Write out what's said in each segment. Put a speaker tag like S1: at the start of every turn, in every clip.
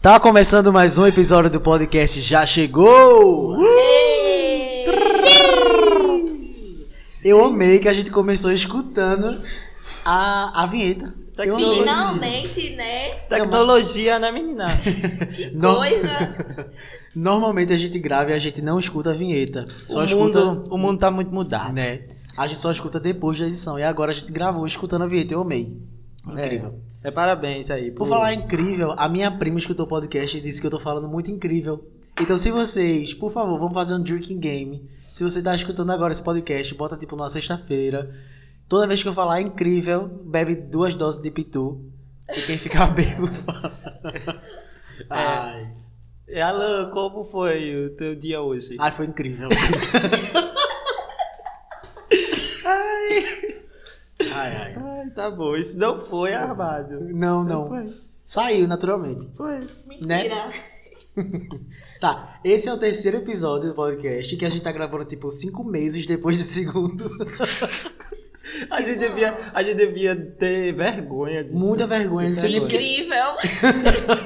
S1: Tá começando mais um episódio do podcast Já Chegou! Eu amei que a gente começou escutando a, a vinheta.
S2: Tá
S1: Eu amei.
S3: Finalmente, né?
S2: Tecnologia, né, menina?
S3: Que
S1: No- Né?
S3: coisa.
S1: Normalmente a gente grava e a gente não escuta a vinheta. Só
S2: o,
S1: escuta.
S2: mundo, o mundo tá muito mudado.
S1: Né? A gente só escuta depois da edição. E agora a gente gravou escutando a vinheta. Eu amei. Incrível.
S2: É, é parabéns aí.
S1: Por falar incrível, a minha prima escutou o podcast e disse que eu tô falando muito incrível. Então, se vocês, por favor, vamos fazer um drinking game. Se você tá escutando agora esse podcast, bota tipo numa sexta-feira. Toda vez que eu falar incrível, bebe duas doses de pitu. E quem ficar bêbado fala. É. Ai.
S2: E, É, Alan, como foi o teu dia hoje?
S1: Ai, foi incrível. ai. Ai,
S2: Ai, tá bom. Isso não foi armado.
S1: Não, não.
S2: Foi.
S1: Saiu naturalmente.
S2: Foi.
S3: Mentira.
S1: Tá, esse é o terceiro episódio do podcast que a gente tá gravando tipo cinco meses depois do segundo.
S2: A gente devia, a gente devia ter vergonha disso.
S1: Muita vergonha, não sei nem porque.
S3: Incrível.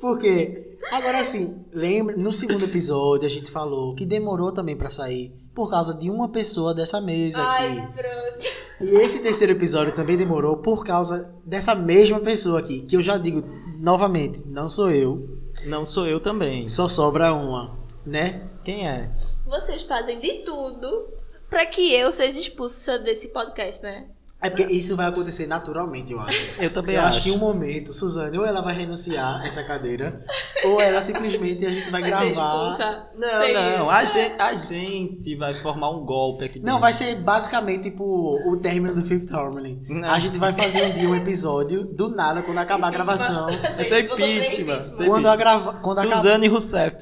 S1: Por quê? Agora assim, lembra, no segundo episódio a gente falou que demorou também pra sair por causa de uma pessoa dessa mesa
S3: Ai,
S1: aqui.
S3: pronto.
S1: E esse terceiro episódio também demorou por causa dessa mesma pessoa aqui, que eu já digo novamente, não sou eu,
S2: Não sou eu também.
S1: só sobra uma, né?
S2: Quem é?
S3: Vocês fazem de tudo pra que eu seja expulsa desse podcast, né?
S1: É porque isso vai acontecer naturalmente, eu acho.
S2: Eu também
S1: Eu acho que em um momento, Suzane, ou ela vai renunciar a essa cadeira, ou ela simplesmente a gente vai
S3: Vai ser
S1: gravar.
S3: expulsa.
S2: Não,
S3: Sei.
S2: não. A gente, a gente vai formar um golpe aqui
S1: Não, vai ser basicamente tipo o término do Fifth Harmony.
S2: Não.
S1: A gente vai fazer um dia um episódio, do nada, quando acabar a gravação.
S3: Vai
S2: ser
S3: vou sofrer
S2: impeachment. Vai ser
S1: Quando, a grava... quando, aca-
S2: Suzane Rousseff.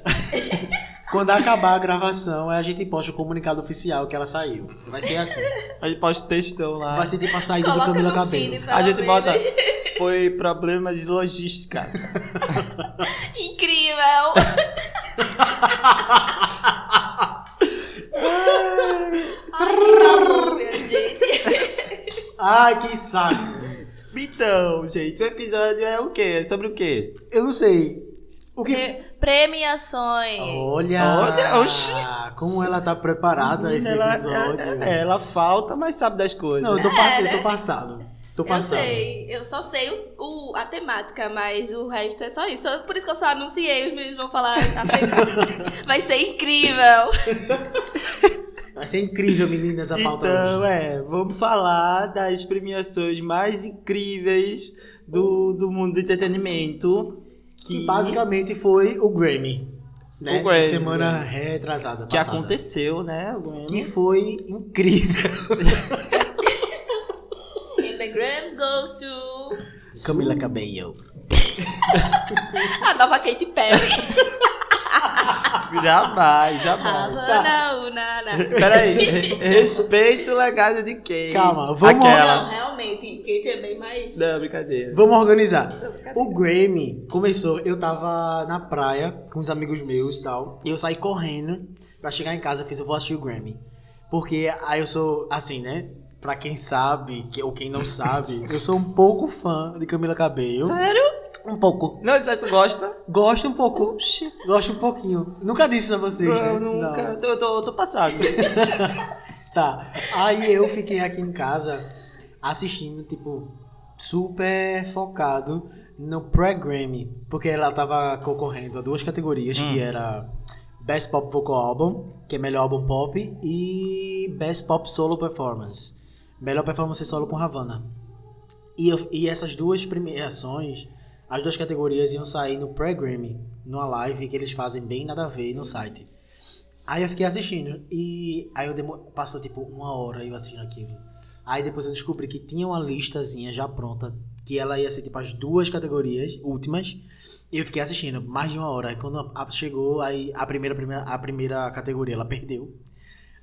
S1: quando acabar a gravação, a gente posta o comunicado oficial que ela saiu. Vai ser assim.
S2: A gente posta textão lá.
S1: Vai ser tipo a saída do
S3: Coloca
S1: Camila
S3: no tá? feed,
S1: Cabelo.
S3: pelo
S2: A gente bota.
S3: menos.
S2: Foi problema de logística.
S3: Incrível. Ai, que calor, minha gente.
S1: Ai, que saco.
S2: Então, gente, o episódio é o quê? É sobre o quê?
S1: Eu não sei. O que.
S3: Premiações.
S1: Olha,
S2: Olha, oxi.
S1: como ela tá preparada a esse
S2: ela,
S1: episódio.
S2: é- é, ela falta, mas sabe das coisas.
S1: Não, eu tô, pa-
S3: É,
S1: eu tô
S3: né?
S1: passado. Tô
S3: Eu
S1: passado.
S3: sei, eu só sei o, o- a temática, mas o resto é só isso. Eu- Por isso que eu só anunciei, os meninos vão falar. a temática. Vai ser incrível!
S1: Vai ser incrível, meninas, a pauta
S2: então,
S1: hoje.
S2: é, vamos falar das premiações mais incríveis do, do mundo do entretenimento.
S1: Que...
S2: é Que,
S1: basicamente foi o Grammy. Né?
S2: O Grammy.
S1: De Semana retrasada.
S2: que
S1: passada.
S2: aconteceu, né? o Grammy?
S1: Que foi incrível.
S3: And the Grams goes to
S1: Camila Cabello.
S3: a nova Katy Perry.
S2: Jamais, jamais. Tá,
S3: Havana, Unana.
S2: Peraí, re- respeito o legado de quem?
S1: Calma, vamos-
S2: Aquela.
S3: Não, realmente, Katy é bem mais.
S2: Não, brincadeira.
S1: Vamos organizar. O Grammy começou. Eu tava na praia com os amigos meus e tal. E eu saí correndo pra chegar em casa. Eu fiz, eu vou assistir o Grammy. Porque aí eu sou, assim, né? Pra quem sabe, que- ou quem não sabe, eu sou um pouco fã de Camila Cabello.
S2: Sério?
S1: Um pouco.
S2: Não, você tu gosta?
S1: Gosto um pouco. Gosto um pouquinho. Nunca disse isso a vocês.
S2: Eu
S1: né?
S2: nunca.
S1: Não.
S2: Eu tô, eu tô- eu tô passado.
S1: Tá. Aí eu fiquei aqui em casa assistindo, tipo, super focado no pré-Grammy. Porque ela tava concorrendo a duas categorias, que era Best Pop Vocal Album, que é melhor álbum pop, e Best Pop Solo Performance. Melhor performance solo com Havana. E, eu- e essas duas premiações, as duas categorias iam sair no pré-Grammy, numa live que eles fazem bem nada a ver no site. Aí eu fiquei assistindo e aí eu demo- passou tipo uma hora eu assistindo aquilo. Aí depois eu descobri que tinha uma listazinha já pronta, que ela ia ser tipo as duas categorias últimas. E eu fiquei assistindo mais de uma hora. Aí quando a- chegou, aí a primeira, primeira- a primeira categoria ela perdeu.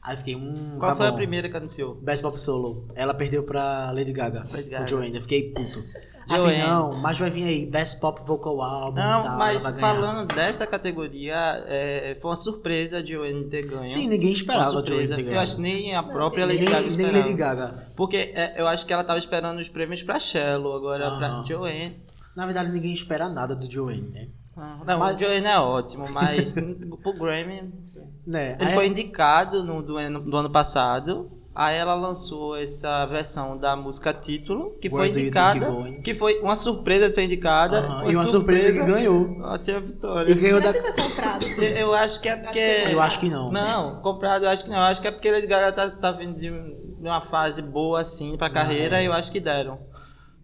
S1: Aí eu fiquei, hum,
S2: Qual
S1: tá
S2: foi a
S1: bom.
S2: primeira que anunciou?
S1: Best Pop Solo. Ela perdeu pra Lady Gaga.
S2: Lady
S1: Com
S2: Gaga.
S1: Joanna. Fiquei puto.
S2: Joanna.
S1: Aí, não, mas vai vir aí Best Pop Vocal Album.
S2: Não,
S1: e tal,
S2: mas
S1: ela vai ganhar.
S2: falando dessa categoria, é, foi uma surpresa de Joanne ter ganho.
S1: Sim, ninguém
S2: Foi uma
S1: esperava a Joanna
S2: surpresa.
S1: ter
S2: Eu acho
S1: ganhado.
S2: que nem a própria
S3: Nem-
S2: Lady
S1: Nem,
S2: Gaga
S1: nem
S2: esperava.
S1: Lady Gaga.
S2: Porque é, eu acho que ela tava esperando os prêmios pra Shello, agora
S1: Aham.
S2: pra Joanne.
S1: Na verdade, ninguém espera nada do Joanne, né?
S2: Ah, Não,
S1: Mas-
S2: o Joanne é ótimo, mas pro Grammy. não sei.
S1: né?
S2: Ele
S1: Aí-
S2: foi indicado no do ano, do ano passado. Aí ela lançou essa versão da música título, que
S1: Where
S2: foi
S1: do you think
S2: indicada.
S1: you're going?
S2: Que foi uma surpresa ser indicada.
S1: Aham, e uma surpresa, que ganhou.
S2: Nossa, e a
S1: E
S2: vitória.
S1: ganhou da.
S3: Mas se foi comprado.
S2: Eu, eu acho que é porque.
S3: que-
S1: Eu acho que é não. né?
S2: Não, comprado eu acho que não. Eu acho que é porque Lady Gaga tá, tá vindo de um- de uma fase boa assim pra carreira e eu acho que deram.
S1: Ah, é.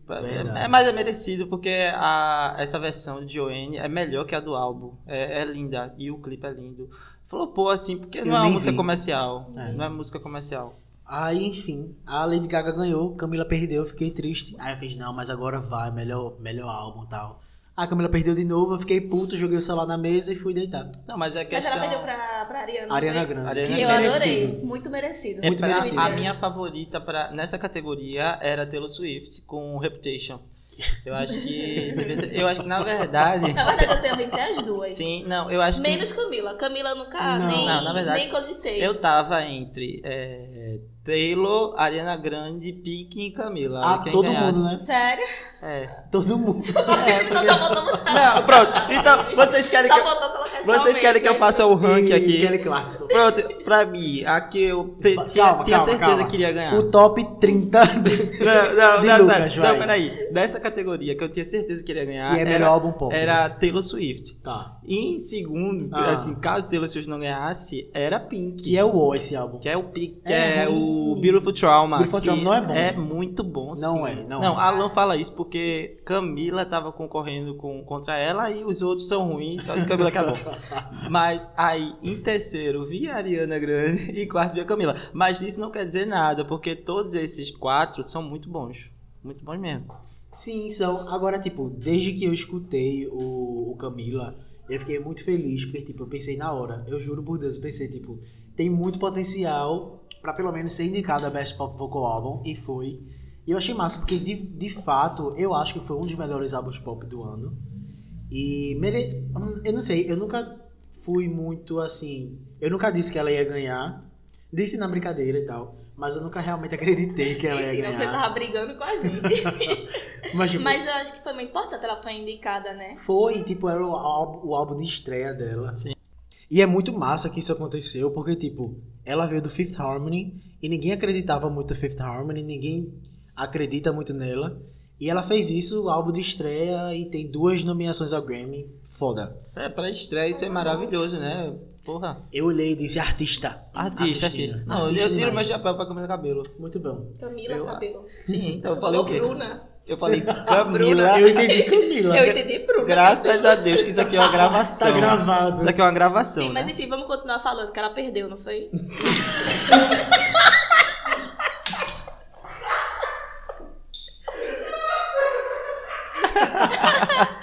S1: Verdade.
S2: É, é- mas é merecido porque a, essa versão de Joanne é melhor que a do álbum. É, é linda e o clipe é lindo. Falou, pô, assim, porque
S1: Eu
S2: não é uma
S1: nem
S2: música
S1: vi.
S2: comercial.
S1: É.
S2: Não é música comercial.
S1: Aí, enfim, a Lady Gaga ganhou, Camila perdeu, eu fiquei triste. Aí eu fiz, não, mas agora vai, melhor, melhor álbum e tal. A Camila perdeu de novo, eu fiquei puto, joguei o celular na mesa e fui deitar.
S2: Não, mas é
S3: Mas
S2: questão.
S3: ela perdeu pra, pra Ariana. não
S1: Ariana
S3: foi?
S1: Grande.
S2: Ariana
S3: E eu
S2: Grande.
S3: adorei. Muito merecido.
S2: É
S1: Muito
S2: pra-
S1: merecido.
S2: A minha favorita pra, nessa categoria era Taylor Swift com Reputation. Eu acho que. devia ter- eu acho que na verdade.
S3: Na verdade, eu tenho entre as duas.
S2: Sim, não, eu acho que.
S3: Menos Camila. Camila eu nunca
S1: Não.
S3: nem,
S2: Não, na verdade,
S3: nem cogitei.
S2: Eu tava entre é, Taylor, Ariana Grande, Pink e Camila.
S1: Ah,
S2: Quem
S1: todo
S2: ganhasse.
S1: mundo, né?
S3: Sério?
S2: É.
S1: Todo mundo.
S2: É,
S3: Então
S2: porque-
S3: só faltou botar.
S2: Não, pronto. Então, vocês querem que
S3: Só um né?
S2: eu,
S3: faltou colocar
S2: vocês querem que eu
S3: faça
S2: faça o ranking
S1: E
S2: aqui?
S1: Kelly Clarkson.
S2: Pronto, pra mim, a que eu pe-
S1: Calma,
S2: tinha, tinha
S1: calma,
S2: certeza
S1: calma.
S2: que iria ganhar.
S1: O top 30 que
S2: Não, não,
S1: de
S2: não,
S1: Lucas,
S2: sério.
S1: vai.
S2: Não, peraí. Dessa categoria que eu tinha certeza que iria ganhar
S1: é melhor
S2: Ah, era,
S1: álbum pop.
S2: era Taylor Swift.
S1: Tá.
S2: E em segundo,
S1: Ah.
S2: assim, caso Taylor Swift não ganhasse, era Pink.
S1: Que é o O esse álbum.
S2: Que é o, pi- que
S1: É
S2: é
S1: ruim.
S2: o Beautiful Trauma.
S1: Beautiful
S2: que
S1: Trauma não é bom.
S2: muito bom, sim.
S1: Não é, não
S2: Não,
S1: é.
S2: Alan fala isso porque Camila tava concorrendo com, contra ela e os outros são ruins, só que Camila acabou. Mas aí, em terceiro, vi a Ariana Grande e em quarto vi a Camila. Mas isso não quer dizer nada, porque todos esses quatro são muito bons. Muito bons mesmo.
S1: Sim, são. Agora, tipo, desde que eu escutei o, o Camila, eu fiquei muito feliz, porque, tipo, eu pensei na hora, eu juro por Deus, eu pensei, tipo, tem muito potencial pra pelo menos ser indicado a Best Pop Vocal Album, e foi. E eu achei massa, porque de, de fato, eu acho que foi um dos melhores álbuns pop do ano. E mere... eu não sei, eu nunca fui muito assim. Eu nunca disse que ela ia ganhar. Disse na brincadeira e tal. Mas eu nunca realmente acreditei
S2: né,
S1: que ela ia
S3: Mentira,
S1: ganhar.
S3: você tava brigando com a gente.
S1: Mas, tipo,
S3: Mas eu acho que foi muito importante ela foi indicada, né?
S1: Foi, tipo, era o álbum, o álbum de estreia dela.
S2: Sim.
S1: E é muito massa que isso aconteceu, porque, tipo, ela veio do Fifth Harmony e ninguém acreditava muito no Fifth Harmony, ninguém acredita muito nela. E ela fez isso, o álbum de estreia, e tem duas nomeações ao Grammy. Foda.
S2: É, pra estreia isso é maravilhoso, né? Porra.
S1: Eu olhei e disse artista.
S2: Artista, artista.
S1: Assistindo.
S2: Não,
S1: Artista
S2: eu tiro meu
S1: demais.
S2: chapéu pra Camila Cabelo.
S1: Muito bom.
S3: Camila
S2: Eu-
S3: Cabelo.
S2: Sim, então eu
S3: Tu
S2: falei o
S3: falou
S2: quê?
S3: Bruna.
S2: Eu falei Camila.
S1: Eu entendi Camila.
S3: Eu entendi Bruna.
S2: Graças a Deus que isso aqui é uma gravação.
S1: Tá gravado.
S2: Isso aqui é uma gravação.
S3: Sim,
S2: né?
S3: mas enfim, vamos continuar falando que ela perdeu, não foi?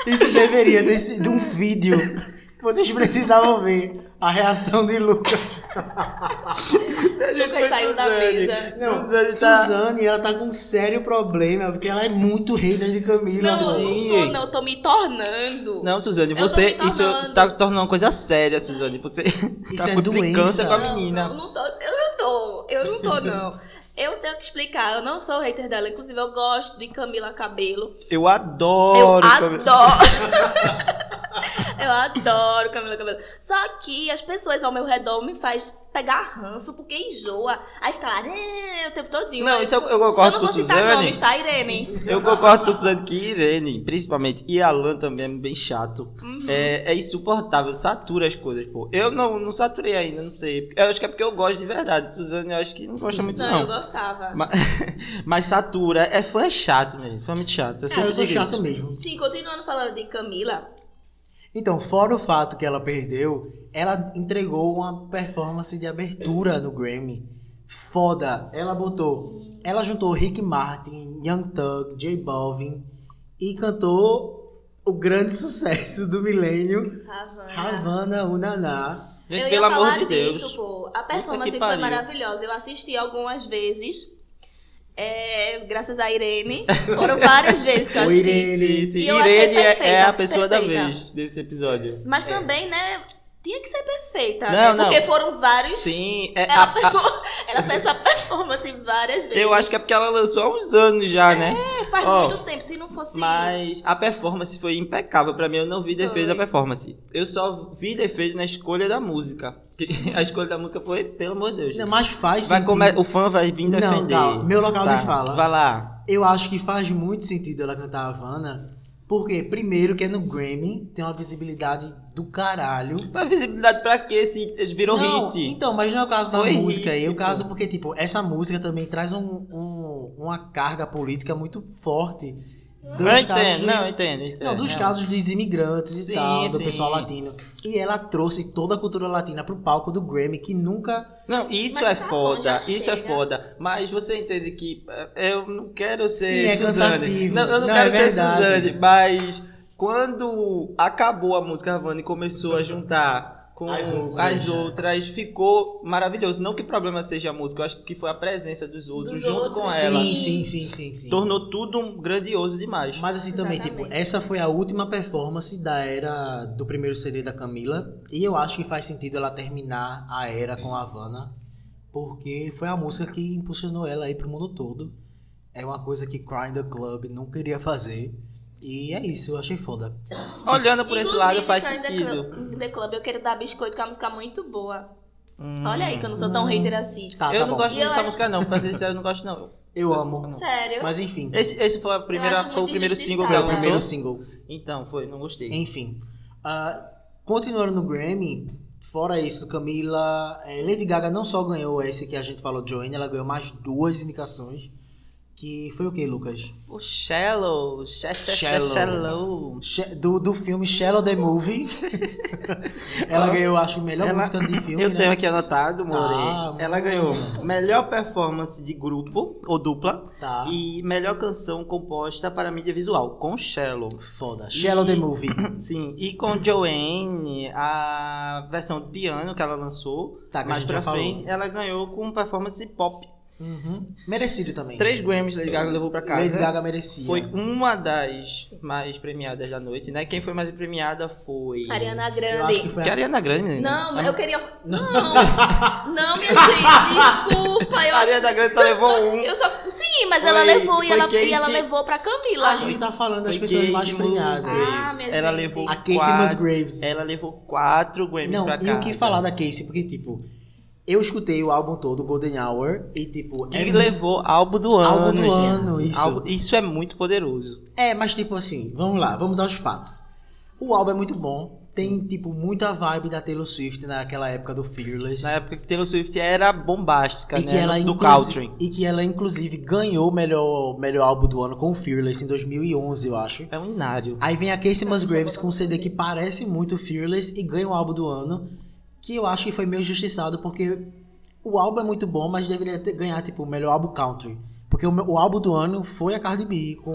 S1: Isso deveria ter sido um vídeo. Vocês precisavam ver a reação de Lucas.
S3: Lucas saiu da
S2: Suzane.
S3: mesa.
S1: Não,
S2: Suzane
S1: Suzane,
S2: tá-
S1: ela tá com um sério problema, porque ela é muito hater de Camila. assim.
S3: Não, eu não
S2: sim.
S3: sou, não. Eu tô me tornando.
S2: Não, Suzane,
S3: Eu tô
S2: você.
S3: me tornando.
S2: Isso tá tornando uma coisa séria, Suzane. Você tá
S1: é
S2: com implicância
S1: doença.
S2: com a
S3: Não,
S2: menina.
S3: Não, não tô, eu não tô, eu não tô, não. Eu tenho que explicar, eu não sou hater dela. Inclusive, eu gosto de Camila Cabelo.
S2: Eu adoro.
S3: Eu
S2: Camila.
S3: adoro. eu adoro Camila Cabelo. Só que as pessoas ao meu redor me faz pegar ranço porque enjoa. Aí fica lá "Eh", o tempo todinho.
S2: Não,
S3: Aí
S2: isso eu,
S3: eu,
S2: eu
S3: eu
S2: concordo
S3: não
S2: com
S3: vou citar
S2: Suzane.
S3: nomes, tá, Irene?
S2: Eu concordo com Suzane que Irene, principalmente, e Alan também é bem chato.
S3: Uhum.
S2: É, é insuportável, satura as coisas, pô. Eu não, não saturei ainda, não sei. Eu acho que é porque eu gosto de verdade. Suzane, eu acho que não gosta muito,
S3: Não,
S2: não.
S3: eu gostava.
S2: Ma- Mas, satura. É fã é chato mesmo. Fã é muito chato. Eu
S1: Ah,
S2: sempre
S1: eu sou
S2: digo
S1: chato
S2: isso.
S1: mesmo.
S3: Sim, continuando falando de Camila.
S1: Então, fora o fato que ela perdeu, ela entregou uma performance de abertura no Grammy. Foda. Ela botou. Ela juntou Rick Martin, Young Thug, J Balvin e cantou o grande sucesso do milênio,
S3: Havana.
S1: Havana Unaná.
S2: Gente,
S3: eu
S2: pelo
S3: ia falar
S2: amor de Deus.
S3: disso, pô. A performance
S2: que
S3: foi
S2: pariu.
S3: maravilhosa. Eu assisti algumas vezes. É, graças a Irene. Foram várias vezes que eu
S1: Oi,
S3: assisti.
S1: Irene.
S2: Sim, sim.
S3: E eu achei
S2: Irene é- é a
S3: perfeita,
S2: pessoa da
S3: perfeita.
S2: vez desse episódio.
S3: Mas também, né? Tinha que ser perfeita.
S2: Não,
S3: né?
S2: É. não.
S3: Porque foram vários.
S2: Sim, é
S3: Ela,
S2: a- a-
S3: pegou- ela fez essa performance. performance várias vezes.
S2: Eu acho que é porque ela lançou há uns anos já, né?
S3: É, faz
S2: Ó,
S3: muito tempo, se não fosse.
S2: Mas a performance foi impecável. Pra mim, eu não vi
S3: Foi.
S2: defeito da performance. Eu só vi defeito na escolha da música. Que A escolha da música foi, pelo amor de Deus.
S1: Não, mas faz
S2: vai
S1: sentido.
S2: come- O fã vai vir
S1: Não,
S2: defender.
S1: não, meu local
S2: Tá,
S1: de fala.
S2: Vai lá.
S1: Eu acho que faz muito sentido ela cantar Havana. Porque, primeiro, que é no Grammy, tem uma visibilidade do caralho.
S2: Mas visibilidade pra quê se virou
S1: não,
S2: hit?
S1: Então, mas não é o caso da
S2: Foi
S1: música aí. É o
S2: hit,
S1: caso
S2: pô.
S1: porque, tipo, essa música também traz um- um- uma carga política muito forte. Dos
S2: Eu
S1: casos
S2: entendo,
S1: de-
S2: não, eu entendo. entendo.
S1: Não, dos
S2: Não.
S1: casos dos imigrantes e
S2: Sim,
S1: tal, do
S2: sim.
S1: pessoal latino. E ela trouxe toda a cultura latina pro palco do Grammy, que nunca.
S2: Não, isso
S3: Mas
S2: é
S3: tá bom,
S2: foda,
S3: já
S2: isso é
S3: chega.
S2: foda. Mas você entende que eh, eu não quero ser
S1: Sim, é
S2: Suzane.
S1: cansativo.
S2: Não, eu não,
S1: Não,
S2: quero
S1: é
S2: ser
S1: verdade.
S2: Suzane, mas quando acabou a música Havana e começou a juntar com
S1: As
S2: as
S1: outras,
S2: outras,
S1: né?
S2: ficou maravilhoso. Não que o problema seja a música, eu acho que foi a presença dos
S3: Dos
S2: outros junto
S3: outros,
S2: com
S3: sim.
S2: ela.
S1: Sim, sim, sim, sim, sim.
S2: Tornou tudo um grandioso demais.
S1: Mas assim também,
S3: Exatamente.
S1: tipo, essa foi a última performance da era do primeiro CD da Camila. E eu acho que faz sentido ela terminar a era com a Havana, porque foi a música que impulsionou ela aí pro mundo todo. É uma coisa que Cry the Club não queria fazer. E é isso, eu achei foda.
S2: Olhando por esse lado
S3: Inclusive, tá
S2: faz
S3: Cry The
S2: sentido.
S3: Club, The Club, eu quero dar biscoito, que é uma música muito boa.
S2: Hum.
S3: Olha aí que eu não sou tão
S1: Hum.
S3: hater assim.
S1: Tá,
S2: Eu
S1: tá
S2: não
S1: bom.
S2: gosto
S3: E eu
S2: dessa
S3: acho-
S2: música não, pra ser sincero, eu não gosto não.
S1: Eu amo.
S3: Sério?
S1: Mas enfim,
S2: Esse, esse foi, a primeira,
S3: acho
S2: foi o
S3: muito
S2: primeiro single que
S1: foi
S2: ela
S1: o
S3: injustiçado.
S2: lançou.
S1: primeiro single.
S2: Então, foi, não gostei.
S1: Enfim. ah, continuando no Grammy, fora isso, Camila. eh, Lady Gaga não só ganhou esse que a gente falou, Joanne, ela ganhou mais duas indicações. Que foi o que, Lucas?
S2: O Shallow, Sha- Sha- Sha-
S1: Shallow.
S2: Shallow.
S1: She- Do, do filme Shallow the Movie. ela ganhou, acho, melhor
S2: Ela-
S1: música de filme.
S2: Eu
S1: né?
S2: tenho aqui anotado, More.
S1: Tá,
S2: Ela ganhou melhor performance de grupo ou dupla
S1: Tá.
S2: e melhor canção composta para mídia visual com Shallow.
S1: Foda. Shallow the Movie.
S2: Sim, e com Joanne, a versão de piano que ela lançou
S1: Tá, que a
S2: mais
S1: gente
S2: pra
S1: já falou.
S2: frente, é ela ganhou com um performance pop.
S1: Uhum. Merecido também.
S2: Três Grammys Lady Gaga levou pra casa.
S1: Lady Gaga merecia.
S2: Foi uma das mais premiadas da noite, né? Quem foi mais premiada foi.
S3: Ariana
S1: Eu acho que
S3: Grande.
S1: foi
S2: Que
S1: a...
S2: Ariana Grande, né? menina.
S3: Não, eu queria. Não! Não, minha gente, desculpa. Eu,
S2: A Ariana Grande só levou um.
S3: eu só. Sim, mas
S2: Foi-
S3: ela levou e
S2: foi
S3: ela, e
S2: Casey-
S3: ela levou pra
S1: A
S3: Camila.
S1: gente tá falando das
S2: Foi
S1: pessoas
S2: Casey
S1: mais premiadas.
S3: Ah, minha
S2: ela
S3: gente.
S2: levou
S1: A Casey
S2: quatro,
S1: Musgraves.
S2: Ela levou quatro Grammys
S1: Não,
S2: pra
S1: e
S2: casa.
S1: o que falar da Casey? Porque, tipo, eu escutei o álbum todo, Golden Hour, e, tipo,
S2: Que
S1: é,
S2: levou álbum do ano.
S1: Álbum do
S2: gente.
S1: ano, isso.
S2: Álbum- isso é muito poderoso.
S1: é, mas, tipo, assim, vamos lá, vamos aos fatos. O álbum é muito bom, tem, tipo, muita vibe da Taylor Swift naquela época do Fearless.
S2: Na época que Taylor Swift era bombástica,
S1: e
S2: né?
S1: que, ela,
S2: do
S1: inclusi-
S2: country.
S1: e que ela, inclusive, ganhou o melhor, melhor álbum do ano com o Fearless em 2011, eu acho.
S2: É um inário.
S1: Aí vem a Casey Musgraves com um CD que parece muito Fearless e ganha o álbum do ano, que eu acho que foi meio justiçado, porque o álbum é muito bom, mas deveria ter- ganhar, tipo, o melhor álbum country. Porque o, meu- o álbum do ano foi a Cardi B com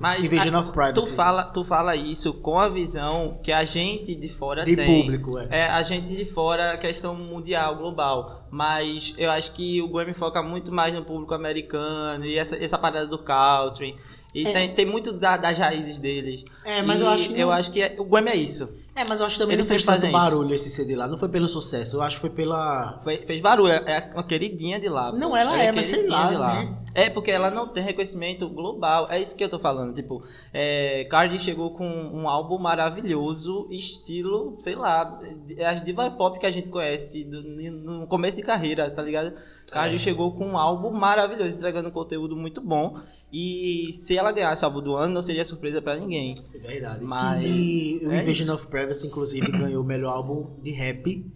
S2: Mas
S1: Invasion
S2: a-
S1: of Privacy.
S2: Tu fala, tu fala isso com a visão que a gente de fora
S1: de
S2: tem.
S1: público, é.
S2: É, a gente de fora, questão mundial, global. Mas eu acho que o Grammy foca muito mais no público americano e essa, essa parada do country. E
S1: É.
S2: tem, tem muito da- das raízes deles.
S1: É, mas
S2: E
S1: eu acho que.
S2: Eu acho que é- o Grammy é isso.
S1: É, mas eu acho que também
S2: Eles
S1: não fez
S2: sempre
S1: tanto
S2: fazem isso.
S1: barulho esse CD lá. Não foi pelo sucesso, eu acho que foi pela.
S2: Foi- fez barulho, é uma queridinha de lá.
S1: Não, ela
S2: Ela
S1: é, mas sei
S2: queridinha
S1: lá.
S2: de lá.
S1: né?
S2: É porque ela não tem reconhecimento global. É isso que eu tô falando. Tipo, é, Cardi chegou com um álbum maravilhoso, estilo, sei lá, é as diva pop que a gente conhece do- no começo de carreira, tá ligado? Cardi
S1: É.
S2: chegou com um álbum maravilhoso, entregando conteúdo muito bom. E se ela ganhasse o álbum do ano, não seria surpresa pra ninguém.
S1: É verdade.
S2: Mas
S1: E o
S2: é
S1: Invasion of Privacy, inclusive, ganhou o melhor álbum de rap,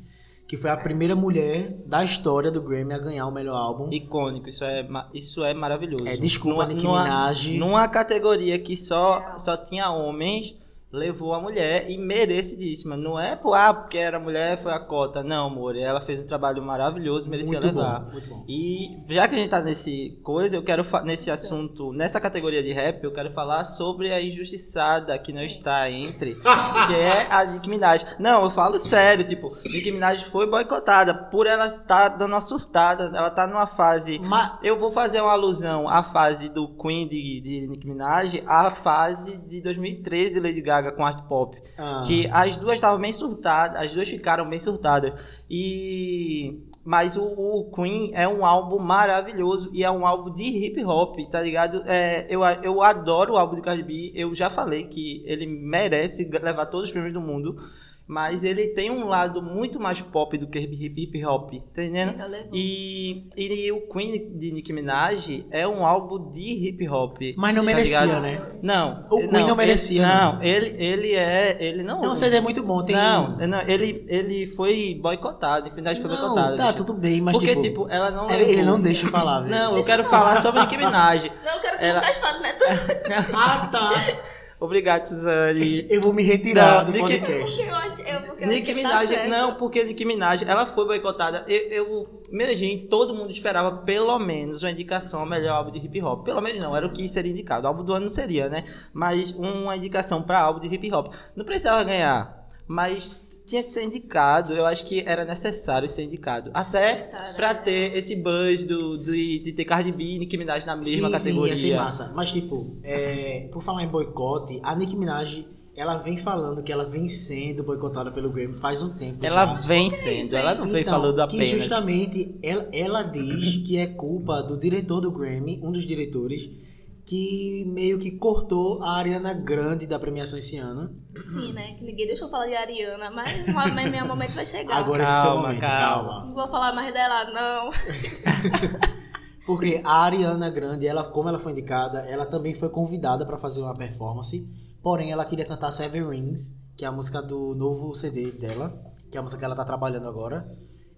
S1: que foi a primeira mulher da história do Grammy a ganhar o melhor álbum.
S2: Icônico, isso é, ma- isso é maravilhoso.
S1: É, desculpa,
S2: Numa-
S1: Nicki
S2: numa-
S1: Minaj.
S2: Numa categoria que só, só tinha homens, levou a mulher e merecidíssima. Não é por, ah, porque era mulher, foi a cota. Não, amor. Ela fez um trabalho maravilhoso, merecia
S1: muito
S2: levar.
S1: Bom, muito bom.
S2: E já que a gente tá nesse coisa, eu quero fa- nesse assunto, nessa categoria de rap, eu quero falar sobre a injustiçada que não está entre, que é a Nicki Minaj. Não, eu falo sério, tipo, Nicki Minaj foi boicotada por ela estar dando uma surtada, ela tá numa fase
S1: Ma-
S2: eu vou fazer uma alusão à fase do Queen de, de Nicki Minaj, à fase de 2013 de Lady Gaga com art pop.
S1: ah,
S2: Que as duas estavam bem surtadas, as duas ficaram bem surtadas. E Mas o, o Queen é um álbum maravilhoso e é um álbum de hip hop, tá ligado? É, eu, eu adoro o álbum do Cardi B. Eu já falei que ele merece levar todos os prêmios do mundo. Mas ele tem um lado muito mais pop do que hip, hip hop, tá entendendo?
S3: Então levou.
S2: E, e o Queen de Nicki Minaj é um álbum de hip hop.
S1: Mas não
S2: tá
S1: merecia,
S2: ligado?
S1: né?
S2: Não.
S1: O Queen não merecia,
S2: Ele,
S1: né?
S2: não, ele, ele é. Ele não.
S1: É um CD muito bom, tem.
S2: Não, não, ele, ele foi boicotado, Nicki Minaj foi boicotada.
S1: não tá,
S2: bicho.
S1: tudo bem, mas
S2: Porque,
S1: tipo,
S2: tipo, ela não.
S1: ele, ele não né?
S2: levou-
S1: deixa eu falar, velho.
S2: Não, eu
S3: Deixa
S2: quero
S3: eu
S2: falar sobre Nicki Minaj.
S3: Não, eu quero que
S2: Ela-
S3: o Lucas fale, né?
S1: Ah, tá.
S2: Obrigado, Suzane.
S1: Eu vou me retirar
S2: Não,
S1: do
S2: Nicki-
S1: podcast.
S3: Porque eu acho, eu, porque eu acho que
S2: Nicki
S3: ele tá
S2: Minaj,
S3: certo.
S2: não, porque Nicki Minaj, ela foi boicotada. Eu, eu, minha gente, todo mundo esperava pelo menos uma indicação ao melhor álbum de hip hop. Pelo menos não, era o que seria indicado. O álbum do ano não seria, né? Mas uma indicação para álbum de hip hop. Não precisava ganhar, mas tinha que ser indicado. Eu acho que era necessário ser indicado. Até
S3: Cara.
S2: para ter esse buzz do, de, de ter Cardi B e Nicki Minaj na mesma
S1: sim,
S2: categoria.
S1: Sim, ia ser massa. Mas, tipo, é, por falar em boicote, a Nicki Minaj, ela vem falando que ela vem sendo boicotada pelo Grammy faz um tempo
S2: ela
S1: já.
S2: vem sendo, ela não vem
S1: Então,
S2: falando apenas.
S1: Que justamente ela, ela diz que é culpa do diretor do Grammy, um dos diretores, que meio que cortou a Ariana Grande da premiação esse ano.
S3: Sim, né? Que ninguém deixou eu falar de Ariana, mas uma- mas meu momento vai chegar.
S1: Agora esse é seu
S2: Ah, Calma,
S1: momento,
S2: calma.
S1: calma.
S3: Não vou falar mais dela, não.
S1: Porque a Ariana Grande, ela, como ela foi indicada, ela também foi convidada para fazer uma performance. Porém, ela queria cantar Seven Rings, que é a música do novo CD dela, que é a música que ela tá trabalhando agora.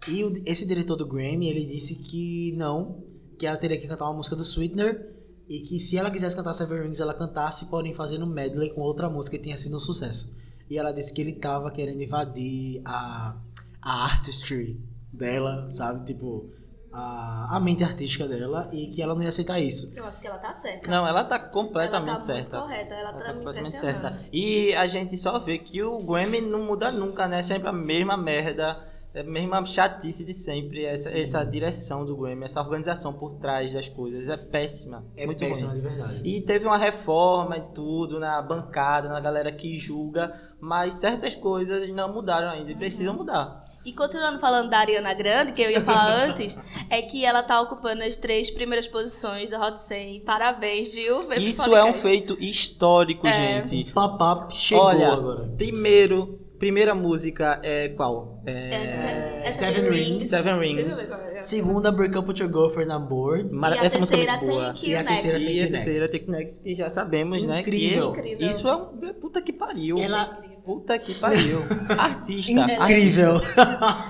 S1: E o- esse diretor do Grammy, ele disse que não, que ela teria que cantar uma música do Sweetener e que se ela quisesse cantar Seven Rings, ela cantasse, porém fazendo medley com outra música que tinha sido um sucesso. E ela disse que ele tava querendo invadir a, a artistry dela, sabe? Tipo, a, a mente artística dela e que ela não ia aceitar isso.
S3: Eu acho que ela tá certa.
S2: Não, ela tá
S3: ela tá
S2: completamente
S3: muito
S2: certa.
S3: correta, ela tá, me
S2: completamente
S3: impressionando.
S2: certa. E a gente só vê que o Grammy não muda nunca, né? Sempre a mesma merda, é a mesma chatice de sempre. Essa,
S1: Sim.
S2: essa direção do Grammy, essa organização por trás das coisas é péssima.
S1: É
S2: muito
S1: péssima
S2: ruim.
S1: de verdade.
S2: E teve uma reforma e tudo na bancada, na galera que julga, mas certas coisas não mudaram ainda e
S3: Uhum.
S2: precisam mudar.
S3: E continuando falando da Ariana Grande, que eu ia falar antes, é que ela tá ocupando as três primeiras posições da Hot 100. Parabéns, viu? Vem pro
S2: Isso é um
S3: podcast.
S2: feito histórico,
S3: É.
S2: gente.
S1: Papap chegou
S2: Olha,
S1: agora.
S2: Primeiro, primeira música é qual?
S3: É, é
S1: Seven Rings.
S2: Seven
S3: Deixa eu
S2: Rings.
S3: ver qual é.
S1: Segunda, Break Up With Your Girlfriend on Board.
S2: Mara-
S3: E a
S2: essa música é
S3: terceira,
S2: muito boa.
S3: Thank
S1: E
S3: You
S1: a
S3: Next.
S1: terceira,
S2: E a
S1: Take
S2: terceira
S1: Next.
S2: Take Next, que já sabemos, né?
S1: Incrível.
S2: Que
S3: Incrível.
S2: isso é um. Puta que pariu.
S1: Ela... Então,
S2: Puta que pariu. Artista.
S1: Incrível.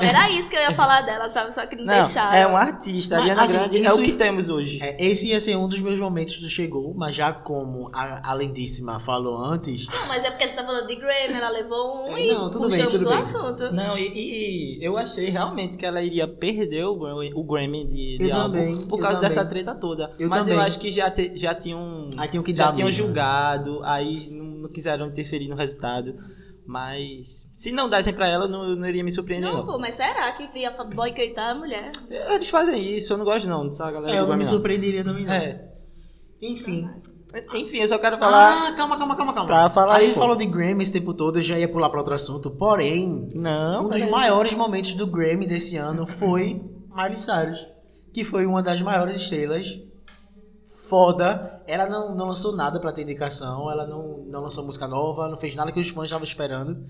S3: Era isso que eu ia falar dela, sabe? Só que não,
S2: Não,
S3: deixaram.
S2: é um artista.
S1: Mas,
S2: Ariana
S1: assim,
S2: Grande é
S1: isso-
S2: o que temos hoje.
S1: É, esse ia ser um dos meus momentos do Chegou, mas já como a, a lindíssima falou antes,
S3: Não, mas é porque a gente tá falando de Grammy, ela levou um
S1: É,
S3: e
S1: não, tudo bem,
S3: puxamos
S1: tudo
S3: o
S1: bem.
S3: assunto.
S2: Não, e, e eu achei realmente que ela iria perder o Grammy, o Grammy de, de
S1: Eu
S2: álbum
S1: também,
S2: por
S1: eu
S2: causa
S1: também.
S2: dessa treta toda.
S1: Eu
S2: Mas eu
S1: também.
S2: acho que já, te, já tinham.
S1: aí tem o que dar
S2: já tinham
S1: mesmo.
S2: julgado, aí não, não quiseram interferir no resultado. Mas se não dessem pra ela, eu não, eu não iria me surpreender.
S3: Não,
S2: Não,
S3: pô, mas será que ia fa- boicotar a mulher?
S2: Eles fazem isso, eu não gosto não dessa galera
S1: É,
S2: do
S1: eu não me
S2: Grammy, não.
S1: surpreenderia também não.
S2: né, É,
S1: É, Enfim.
S2: Enfim, eu só quero falar.
S1: Ah, calma, calma, calma, calma.
S2: Pra falar
S1: a
S2: aí,
S1: gente
S2: pô.
S1: falou de Grammy esse tempo todo, eu já ia pular pra outro assunto, porém,
S2: Não,
S1: um dos maiores momentos do Grammy desse ano foi Miley Cyrus, que foi uma das maiores estrelas. Foda. Ela não, não lançou nada pra ter indicação, ela não, não lançou música nova, não fez nada que os fãs estavam esperando.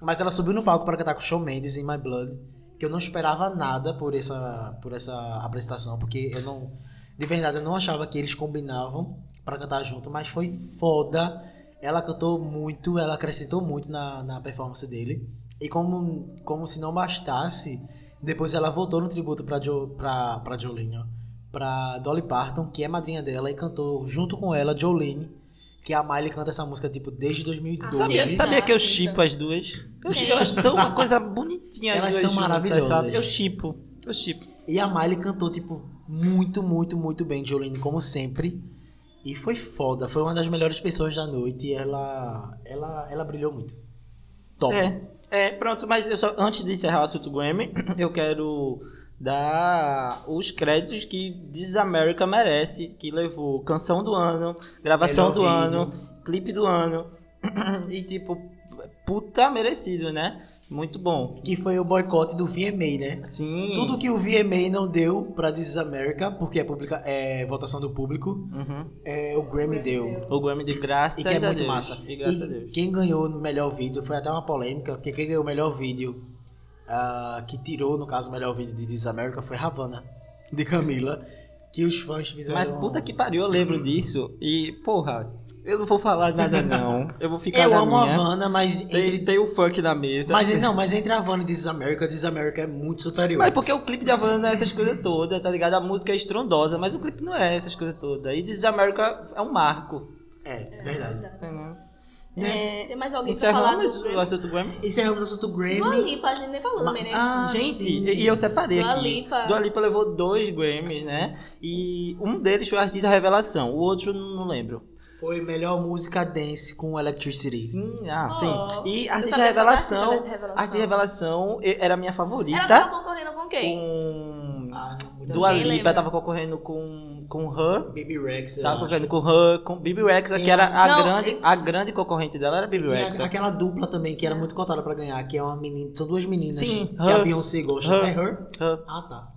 S1: Mas ela subiu no palco para cantar com o Shawn Mendes em My Blood, que eu não esperava nada por essa, por essa apresentação, porque eu não. De verdade, eu não achava que eles combinavam pra cantar junto, mas foi foda. Ela cantou muito, ela acrescentou muito na, na performance dele. E como, como se não bastasse, depois ela voltou no tributo pra, jo, pra, pra Jolene, ó, pra Dolly Parton, que é madrinha dela, e cantou junto com ela Jolene, que a Miley canta essa música tipo desde 2012.
S2: Ah, sabia,
S3: Sim.
S2: sabia que eu chipo as duas? Eu,
S3: Sim.
S2: chi- eu acho tão uma coisa bonitinha as
S1: Elas
S2: duas.
S1: são
S2: juntas,
S1: maravilhosas.
S2: sabe? Eu chipo. Eu chipo.
S1: E a Miley cantou, tipo, muito, muito, muito bem Jolene, como sempre. E foi foda, foi uma das melhores pessoas da noite e ela, ela, ela brilhou muito. Top.
S2: É, é, pronto, mas eu só, antes de encerrar o assunto Grammy, eu quero dar os créditos que This America merece, que levou canção do ano, gravação do
S1: Melhor
S2: ano, clipe do ano. E tipo, puta merecido, né? Muito bom.
S1: Que foi o boicote do VMA, né?
S2: Sim.
S1: Tudo que o VMA não deu pra This is America, porque é, publica, é votação do público,
S2: Uhum.
S1: é, o Grammy deu.
S2: O Grammy de
S1: E
S2: graças
S1: que é
S2: a
S1: muito
S2: Deus.
S1: massa.
S2: E graças
S1: E
S2: a Deus.
S1: Quem ganhou no melhor vídeo, foi até uma polêmica, porque quem ganhou o melhor vídeo, ah, que tirou, no caso, o melhor vídeo de This is America, foi Havana, de Camila. Que os fãs
S2: Mas
S1: fizeram.
S2: puta que pariu, eu lembro disso. E, porra, eu não vou falar nada não. Eu vou ficar
S1: Eu
S2: na
S1: amo
S2: minha.
S1: Havana, mas entre
S2: né? Tem, tem o funk na mesa.
S1: Mas não, mas entre a Havana e This is America, This is America é muito superior.
S2: Mas porque o clipe de Havana é essas coisas todas, tá ligado? A música é estrondosa, mas o clipe não é essas coisas todas. E This is America é um marco.
S1: É, verdade.
S2: entendeu?
S1: Né?
S3: É, Tem mais alguém pra falar
S2: Encerramos
S3: do
S2: o
S3: Grammy?
S2: assunto Grammy.
S1: Encerramos o assunto
S3: Dua
S1: Grammy.
S3: Lipa, a gente nem falou
S1: Ma-
S3: também, né?
S1: Ah,
S2: Gente,
S1: sim.
S2: e e eu separei
S3: Dua
S2: aqui.
S3: Lipa.
S2: Dua Lipa levou dois Grammys, né? E um deles foi Artista Revelação, o outro não lembro.
S1: Foi melhor música dance com Electricity.
S2: Sim, ah,
S3: Oh.
S2: sim. E
S3: Eu sabia
S2: Artista
S3: essa
S2: Revelação,
S3: Artista Revelação.
S2: Artista Revelação e- era a minha
S3: Ela
S2: favorita.
S3: tava concorrendo com quem?
S2: Com
S1: Ah, não, muito
S2: Dua
S1: bem.
S3: então Ninguém
S2: Lipa
S3: lembra.
S2: tava concorrendo com com Her.
S1: Baby Rex, eu
S2: Tava
S1: acho.
S2: concorrendo Tá com Her, com Bibi Rexa,
S1: Sim.
S2: que era a
S3: Não,
S2: grande
S3: e-
S2: a grande concorrente dela era
S1: E
S2: Bibi
S1: tem a-
S2: Rexa.
S1: aquela dupla também que era muito cotada pra ganhar, que é uma menina. São duas meninas
S2: Sim,
S1: que
S2: Her.
S1: a Beyoncé gosta.
S2: Her.
S1: É her?
S2: Her.
S1: Ah, tá.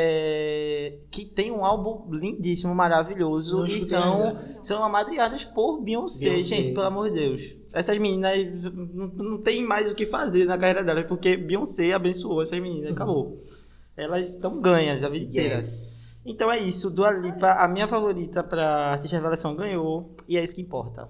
S2: É, que tem um álbum lindíssimo, maravilhoso
S1: Não
S2: e
S1: escutei
S2: são
S1: ainda.
S2: são amadreadas por Beyoncé,
S1: Beyoncé.
S2: gente, pelo amor de Deus. Essas meninas não, não tem mais o que fazer na carreira delas, porque Beyoncé abençoou essas meninas, acabou. Elas estão ganhas a vida inteira.
S1: Yes.
S2: Então é isso, Dua Lipa, a minha favorita pra Artista Revelação ganhou, e é isso que importa.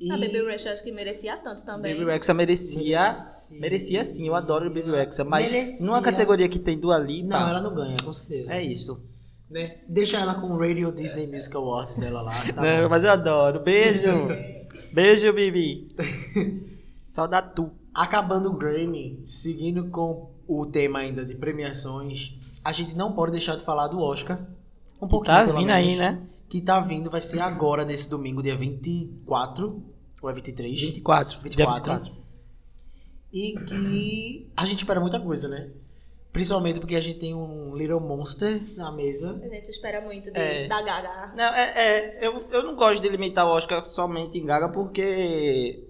S1: E...
S3: A Ah, Baby Rush acho que merecia tanto também.
S2: Baby Rexa merecia, merecia sim, eu adoro Baby Rexa, mas numa categoria que tem Dua Lipa,
S1: Não, ela não ganha, com certeza.
S2: é isso.
S1: Né? Deixa ela com o Radio Disney Music Awards dela lá. tá
S2: Não,
S1: bom.
S2: mas eu adoro, beijo, beijo Bibi. Saudade tu.
S1: Acabando o Grammy, seguindo com o tema ainda de premiações, a gente não pode deixar de falar do Oscar. Um pouquinho
S2: Tá
S1: pelo
S2: vindo
S1: menos,
S2: aí, né?
S1: Que tá vindo, vai ser agora, nesse domingo, dia 24 ou é 23?
S2: 24, dia
S1: 24. E que a gente espera muita coisa, né? Principalmente porque a gente tem um Little Monster na mesa.
S3: A gente espera muito de-
S2: É.
S3: da Gaga.
S2: Não, é, é, eu, eu não gosto de limitar o Oscar somente em Gaga porque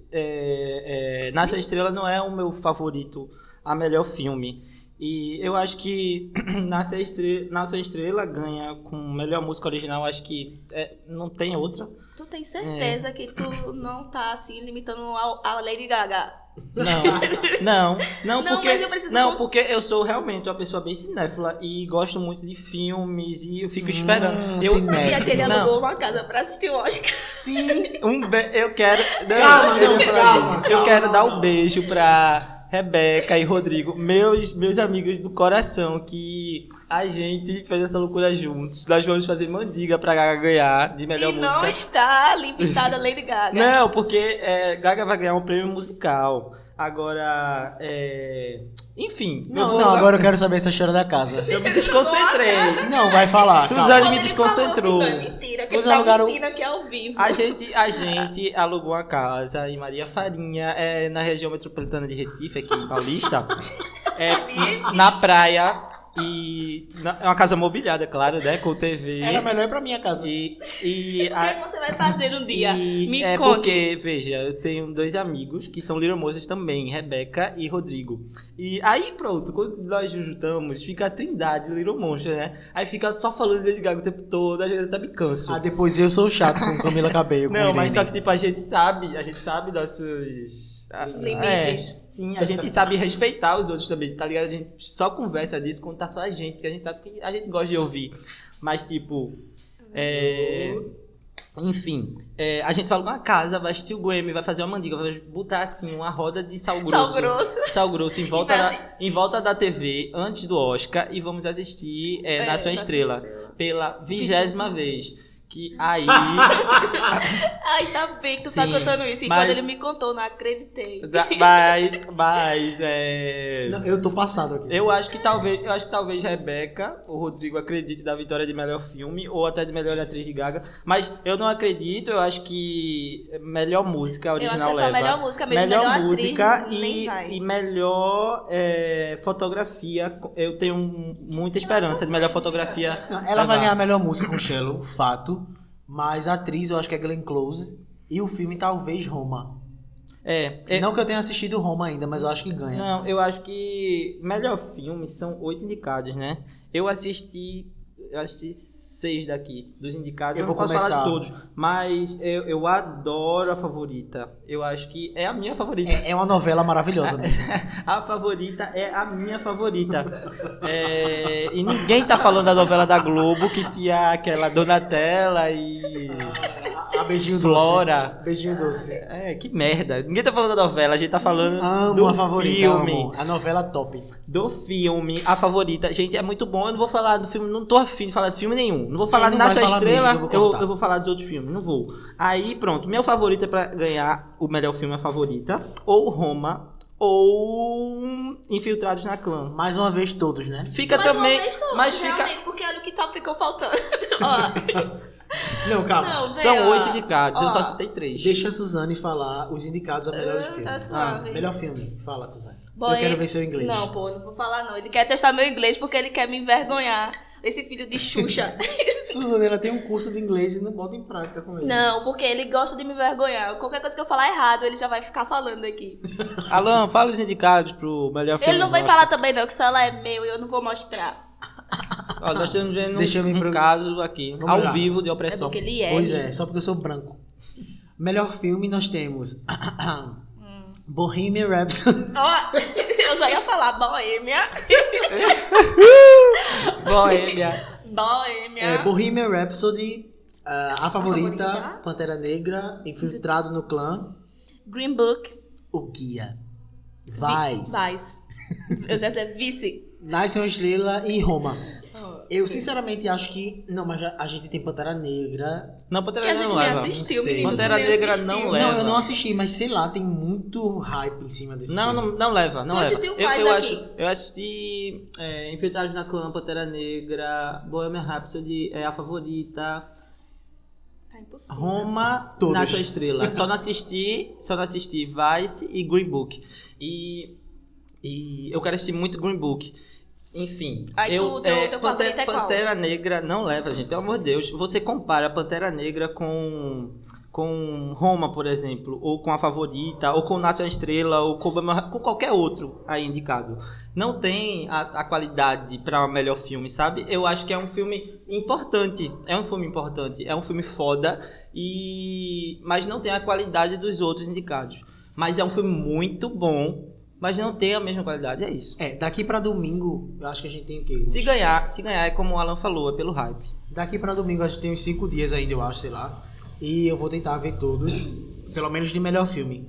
S2: é, é, Nasce a Estrela não é o meu favorito, a melhor filme. E eu acho que Nasce a Estrela, Nasce a Estrela ganha com melhor música original, acho que é, não tem outra.
S3: Tu tem certeza que tu não tá assim limitando ao- a Lady Gaga?
S2: Não, não, não,
S3: Não,
S2: porque,
S3: mas eu preciso
S2: não
S3: con-
S2: porque eu sou realmente uma pessoa bem cinéfila e gosto muito de filmes e eu fico
S1: Hum,
S2: esperando. eu
S1: cinéfilo.
S3: E
S1: Sabia
S3: aquele
S2: Não.
S3: alugou uma casa pra assistir o Oscar.
S1: Sim!
S2: Um be... Eu quero. Não,
S1: Calma,
S2: eu
S1: não,
S2: ia falar
S1: calma,
S2: disso. Eu
S1: calma,
S2: quero dar um
S1: não.
S2: beijo pra Rebeca e Rodrigo, meus, meus amigos do coração, que a gente fez essa loucura juntos. Nós vamos fazer mandiga pra Gaga ganhar de melhor
S3: e
S2: música.
S3: não está limitada a Lady Gaga.
S2: Não, porque é, Gaga vai ganhar um prêmio musical. Agora, é... enfim. eu
S1: Não,
S2: vou-
S1: não, agora eu quero saber essa história da casa.
S2: Eu me desconcentrei.
S1: Não, vai falar.
S2: Suzane-
S1: calma.
S2: me
S3: ele Falou,
S2: desconcentrou.
S3: não, é mentira, que
S1: Os
S3: ele tá
S1: alugaram-
S3: mentindo aqui ao vivo.
S2: A gente, a gente alugou a casa em Maria Farinha, é, na região metropolitana de Recife, aqui em Paulista. É, na praia. E na- é uma casa mobiliada, claro, né? Com TV.
S1: Era melhor ir pra minha casa.
S2: E, e
S3: O que
S2: a-
S3: é que você vai fazer um dia?
S2: e
S3: Me
S2: é
S3: conte.
S2: porque, veja, eu tenho dois amigos que são Little Moças também, Rebeca e Rodrigo. E aí, pronto, quando nós nos juntamos, fica a trindade Little Monsters, né? Aí fica só falando de Lady Gaga o tempo todo, às vezes eu até me canso.
S1: Ah, depois eu sou chato com Camila Cabello. com
S2: Não, mas
S1: Irene.
S2: só que tipo, a gente sabe, a gente sabe nossos ah,
S3: Limites.
S2: é, sim, a gente sabe respeitar os outros também, tá ligado? A gente só conversa disso quando tá só a gente, porque a gente sabe que a gente gosta de ouvir. Mas tipo. é, Enfim, é, a gente vai alugar uma casa, vai assistir o Grammy, vai fazer uma mandiga, vai botar assim uma roda de sal grosso.
S3: Sal grosso. assim,
S2: sal grosso em volta,
S3: E vai
S2: da, em volta da TV, antes do Oscar, e vamos assistir é,
S3: É,
S2: Nação
S3: Nação
S2: Estrela,
S3: Estrela.
S2: pela vigésima vez. Que aí.
S3: Ai, tá bem que tu tá
S2: Sim,
S3: contando isso. E
S2: mas-
S3: quando ele me contou, não acreditei.
S2: Da- Mas, mas, é.
S1: Não, eu tô passado aqui.
S2: Eu acho que talvez, eu acho que talvez Rebeca ou Rodrigo acredite da vitória de melhor filme ou até de melhor atriz de Gaga, mas eu não acredito, eu acho que melhor música
S3: Eu
S2: original
S3: acho que essa é
S2: leva.
S3: a melhor música mesmo.
S2: Melhor
S3: Melhor,
S2: música
S3: atriz, nem
S2: e,
S3: vai.
S2: e melhor é, fotografia. Eu tenho um, muita esperança de melhor fotografia.
S1: Não, ela
S2: Vai
S1: vai
S2: lá.
S1: ganhar a melhor música com Shello, fato. Mas a atriz eu acho que é Glenn Close. E o filme talvez Roma.
S2: É, é-
S1: Não que eu tenha assistido Roma ainda, mas eu acho que ganha.
S2: Não, eu acho que melhor filme são oito indicados, né? Eu assisti, eu assisti seis daqui dos indicados.
S1: Eu
S2: Eu,
S1: vou
S2: não posso
S1: começar.
S2: falar de todos, mas eu, eu adoro a favorita. Eu acho que é a minha favorita.
S1: É, é uma novela maravilhosa né? mesmo.
S2: A favorita é a minha favorita. É, e ninguém tá falando da novela da Globo que tinha aquela Donatella e
S1: A, a Ah, beijinho doce.
S2: Flora.
S1: Beijinho doce.
S2: É, que merda. Ninguém tá falando da novela, a gente tá falando
S1: Amo
S2: do
S1: a favorita,
S2: filme.
S1: amo. A novela top.
S2: do filme, a favorita. Gente, é muito bom. Eu não vou falar do filme, não tô afim de falar de filme nenhum. Não vou falar
S1: Ele
S2: de
S1: não
S2: Nasce a
S1: vai falar mesmo,
S2: Estrela,
S1: eu vou
S2: eu,
S1: contar.
S2: eu vou falar dos outros filmes, não vou. Aí, pronto, meu favorito é pra ganhar o melhor filme, a favorita. Ou Roma, ou Infiltrados na Clã.
S1: Mais uma vez todos, né?
S2: Fica
S3: mas
S2: também.
S3: Uma vez todos,
S2: mas fica-
S3: realmente, Porque olha o que tá, ficou faltando. Ó,
S1: Não, calma.
S3: não, vê,
S2: São
S3: ó.
S2: oito indicados, eu só
S3: Ó.
S2: citei três.
S1: Deixa a Suzane falar os indicados a melhor
S3: Ah,
S1: filme.
S3: tá suave.
S1: melhor filme. Fala, Suzane.
S3: Boy-
S1: Eu quero ver seu inglês.
S3: Não, pô, não vou falar não. Ele quer testar meu inglês porque ele quer me envergonhar. Esse filho de Xuxa.
S1: Suzane, ela tem um curso de inglês e não bota em prática com ele.
S3: não, porque ele gosta de me envergonhar. Qualquer coisa que eu falar errado, ele já vai ficar falando aqui.
S2: Alan, fala os indicados pro melhor filme.
S3: Ele não vai
S2: nosso.
S3: falar também não, que só ela é meu e eu não vou mostrar.
S2: Ó, nós estamos vendo
S1: Deixa eu me
S2: um
S1: pro-
S2: caso aqui,
S1: Vamos
S2: ao
S1: lá.
S2: vivo, de
S3: É
S2: opressão.
S3: porque ele é.
S1: Pois é, só porque eu sou branco. Melhor filme nós temos Bohemian Rhapsody.
S3: Ó, eu já ia falar boêmia.
S2: Boêmia.
S3: Boêmia.
S1: É, Bohemian Rhapsody, ah, a, favorita,
S3: Favorita.
S1: Pantera Negra, Infiltrado no Clã,
S3: Green Book.
S1: O Guia, Vice,
S3: Vice. Eu já sei, vice.
S1: Nasce uma Estrela e Roma. Eu sinceramente acho que... Não, mas já- a gente tem Pantera Negra.
S2: Não,
S3: Porque a
S2: Pantera
S3: gente
S2: não
S3: nem
S2: leva.
S3: assistiu,
S1: sei.
S3: menino. tu
S2: Pantera
S3: nem
S2: Negra
S3: assistiu.
S2: não é.
S1: Não,
S2: Leva.
S1: eu não assisti, mas sei lá, tem muito hype em cima desse
S2: Não,
S1: filme.
S2: não, não leva, não
S3: Tu
S2: leva.
S3: assistiu
S2: eu,
S3: quais
S2: eu,
S3: aqui?
S2: assi- eu assisti é, Infiltrados na Clã, Pantera Negra, Bohemian Rhapsody é a favorita,
S3: Tá impossível.
S2: Roma,
S1: Todos.
S2: Nasce a Estrela. né? Só não assisti, só não assisti Vice e Green Book. E, e eu quero assistir muito Green Book. Enfim,
S3: Aí
S2: eu,
S3: tu- teu-
S2: é,
S3: teu
S2: Pante-
S3: favorito é qual?
S2: Pantera Negra não leva, gente, pelo amor de Deus. Você compara Pantera Negra com com Roma, por exemplo, ou com a favorita, ou com Nasce uma Estrela, ou com, com qualquer outro aí indicado. Não tem a, a qualidade para o melhor filme, sabe? Eu acho que é um filme importante, é um filme importante, é um filme foda e mas não tem a qualidade dos outros indicados. Mas é um filme muito bom, mas não tem a mesma qualidade, é isso.
S1: É, daqui pra domingo, eu acho que a gente tem o quê?
S2: Se ganhar, se ganhar é como o Alan falou, é pelo hype.
S1: Daqui pra domingo, acho que tem uns 5 dias ainda, eu acho, sei lá. E eu vou tentar ver todos, pelo menos de melhor filme.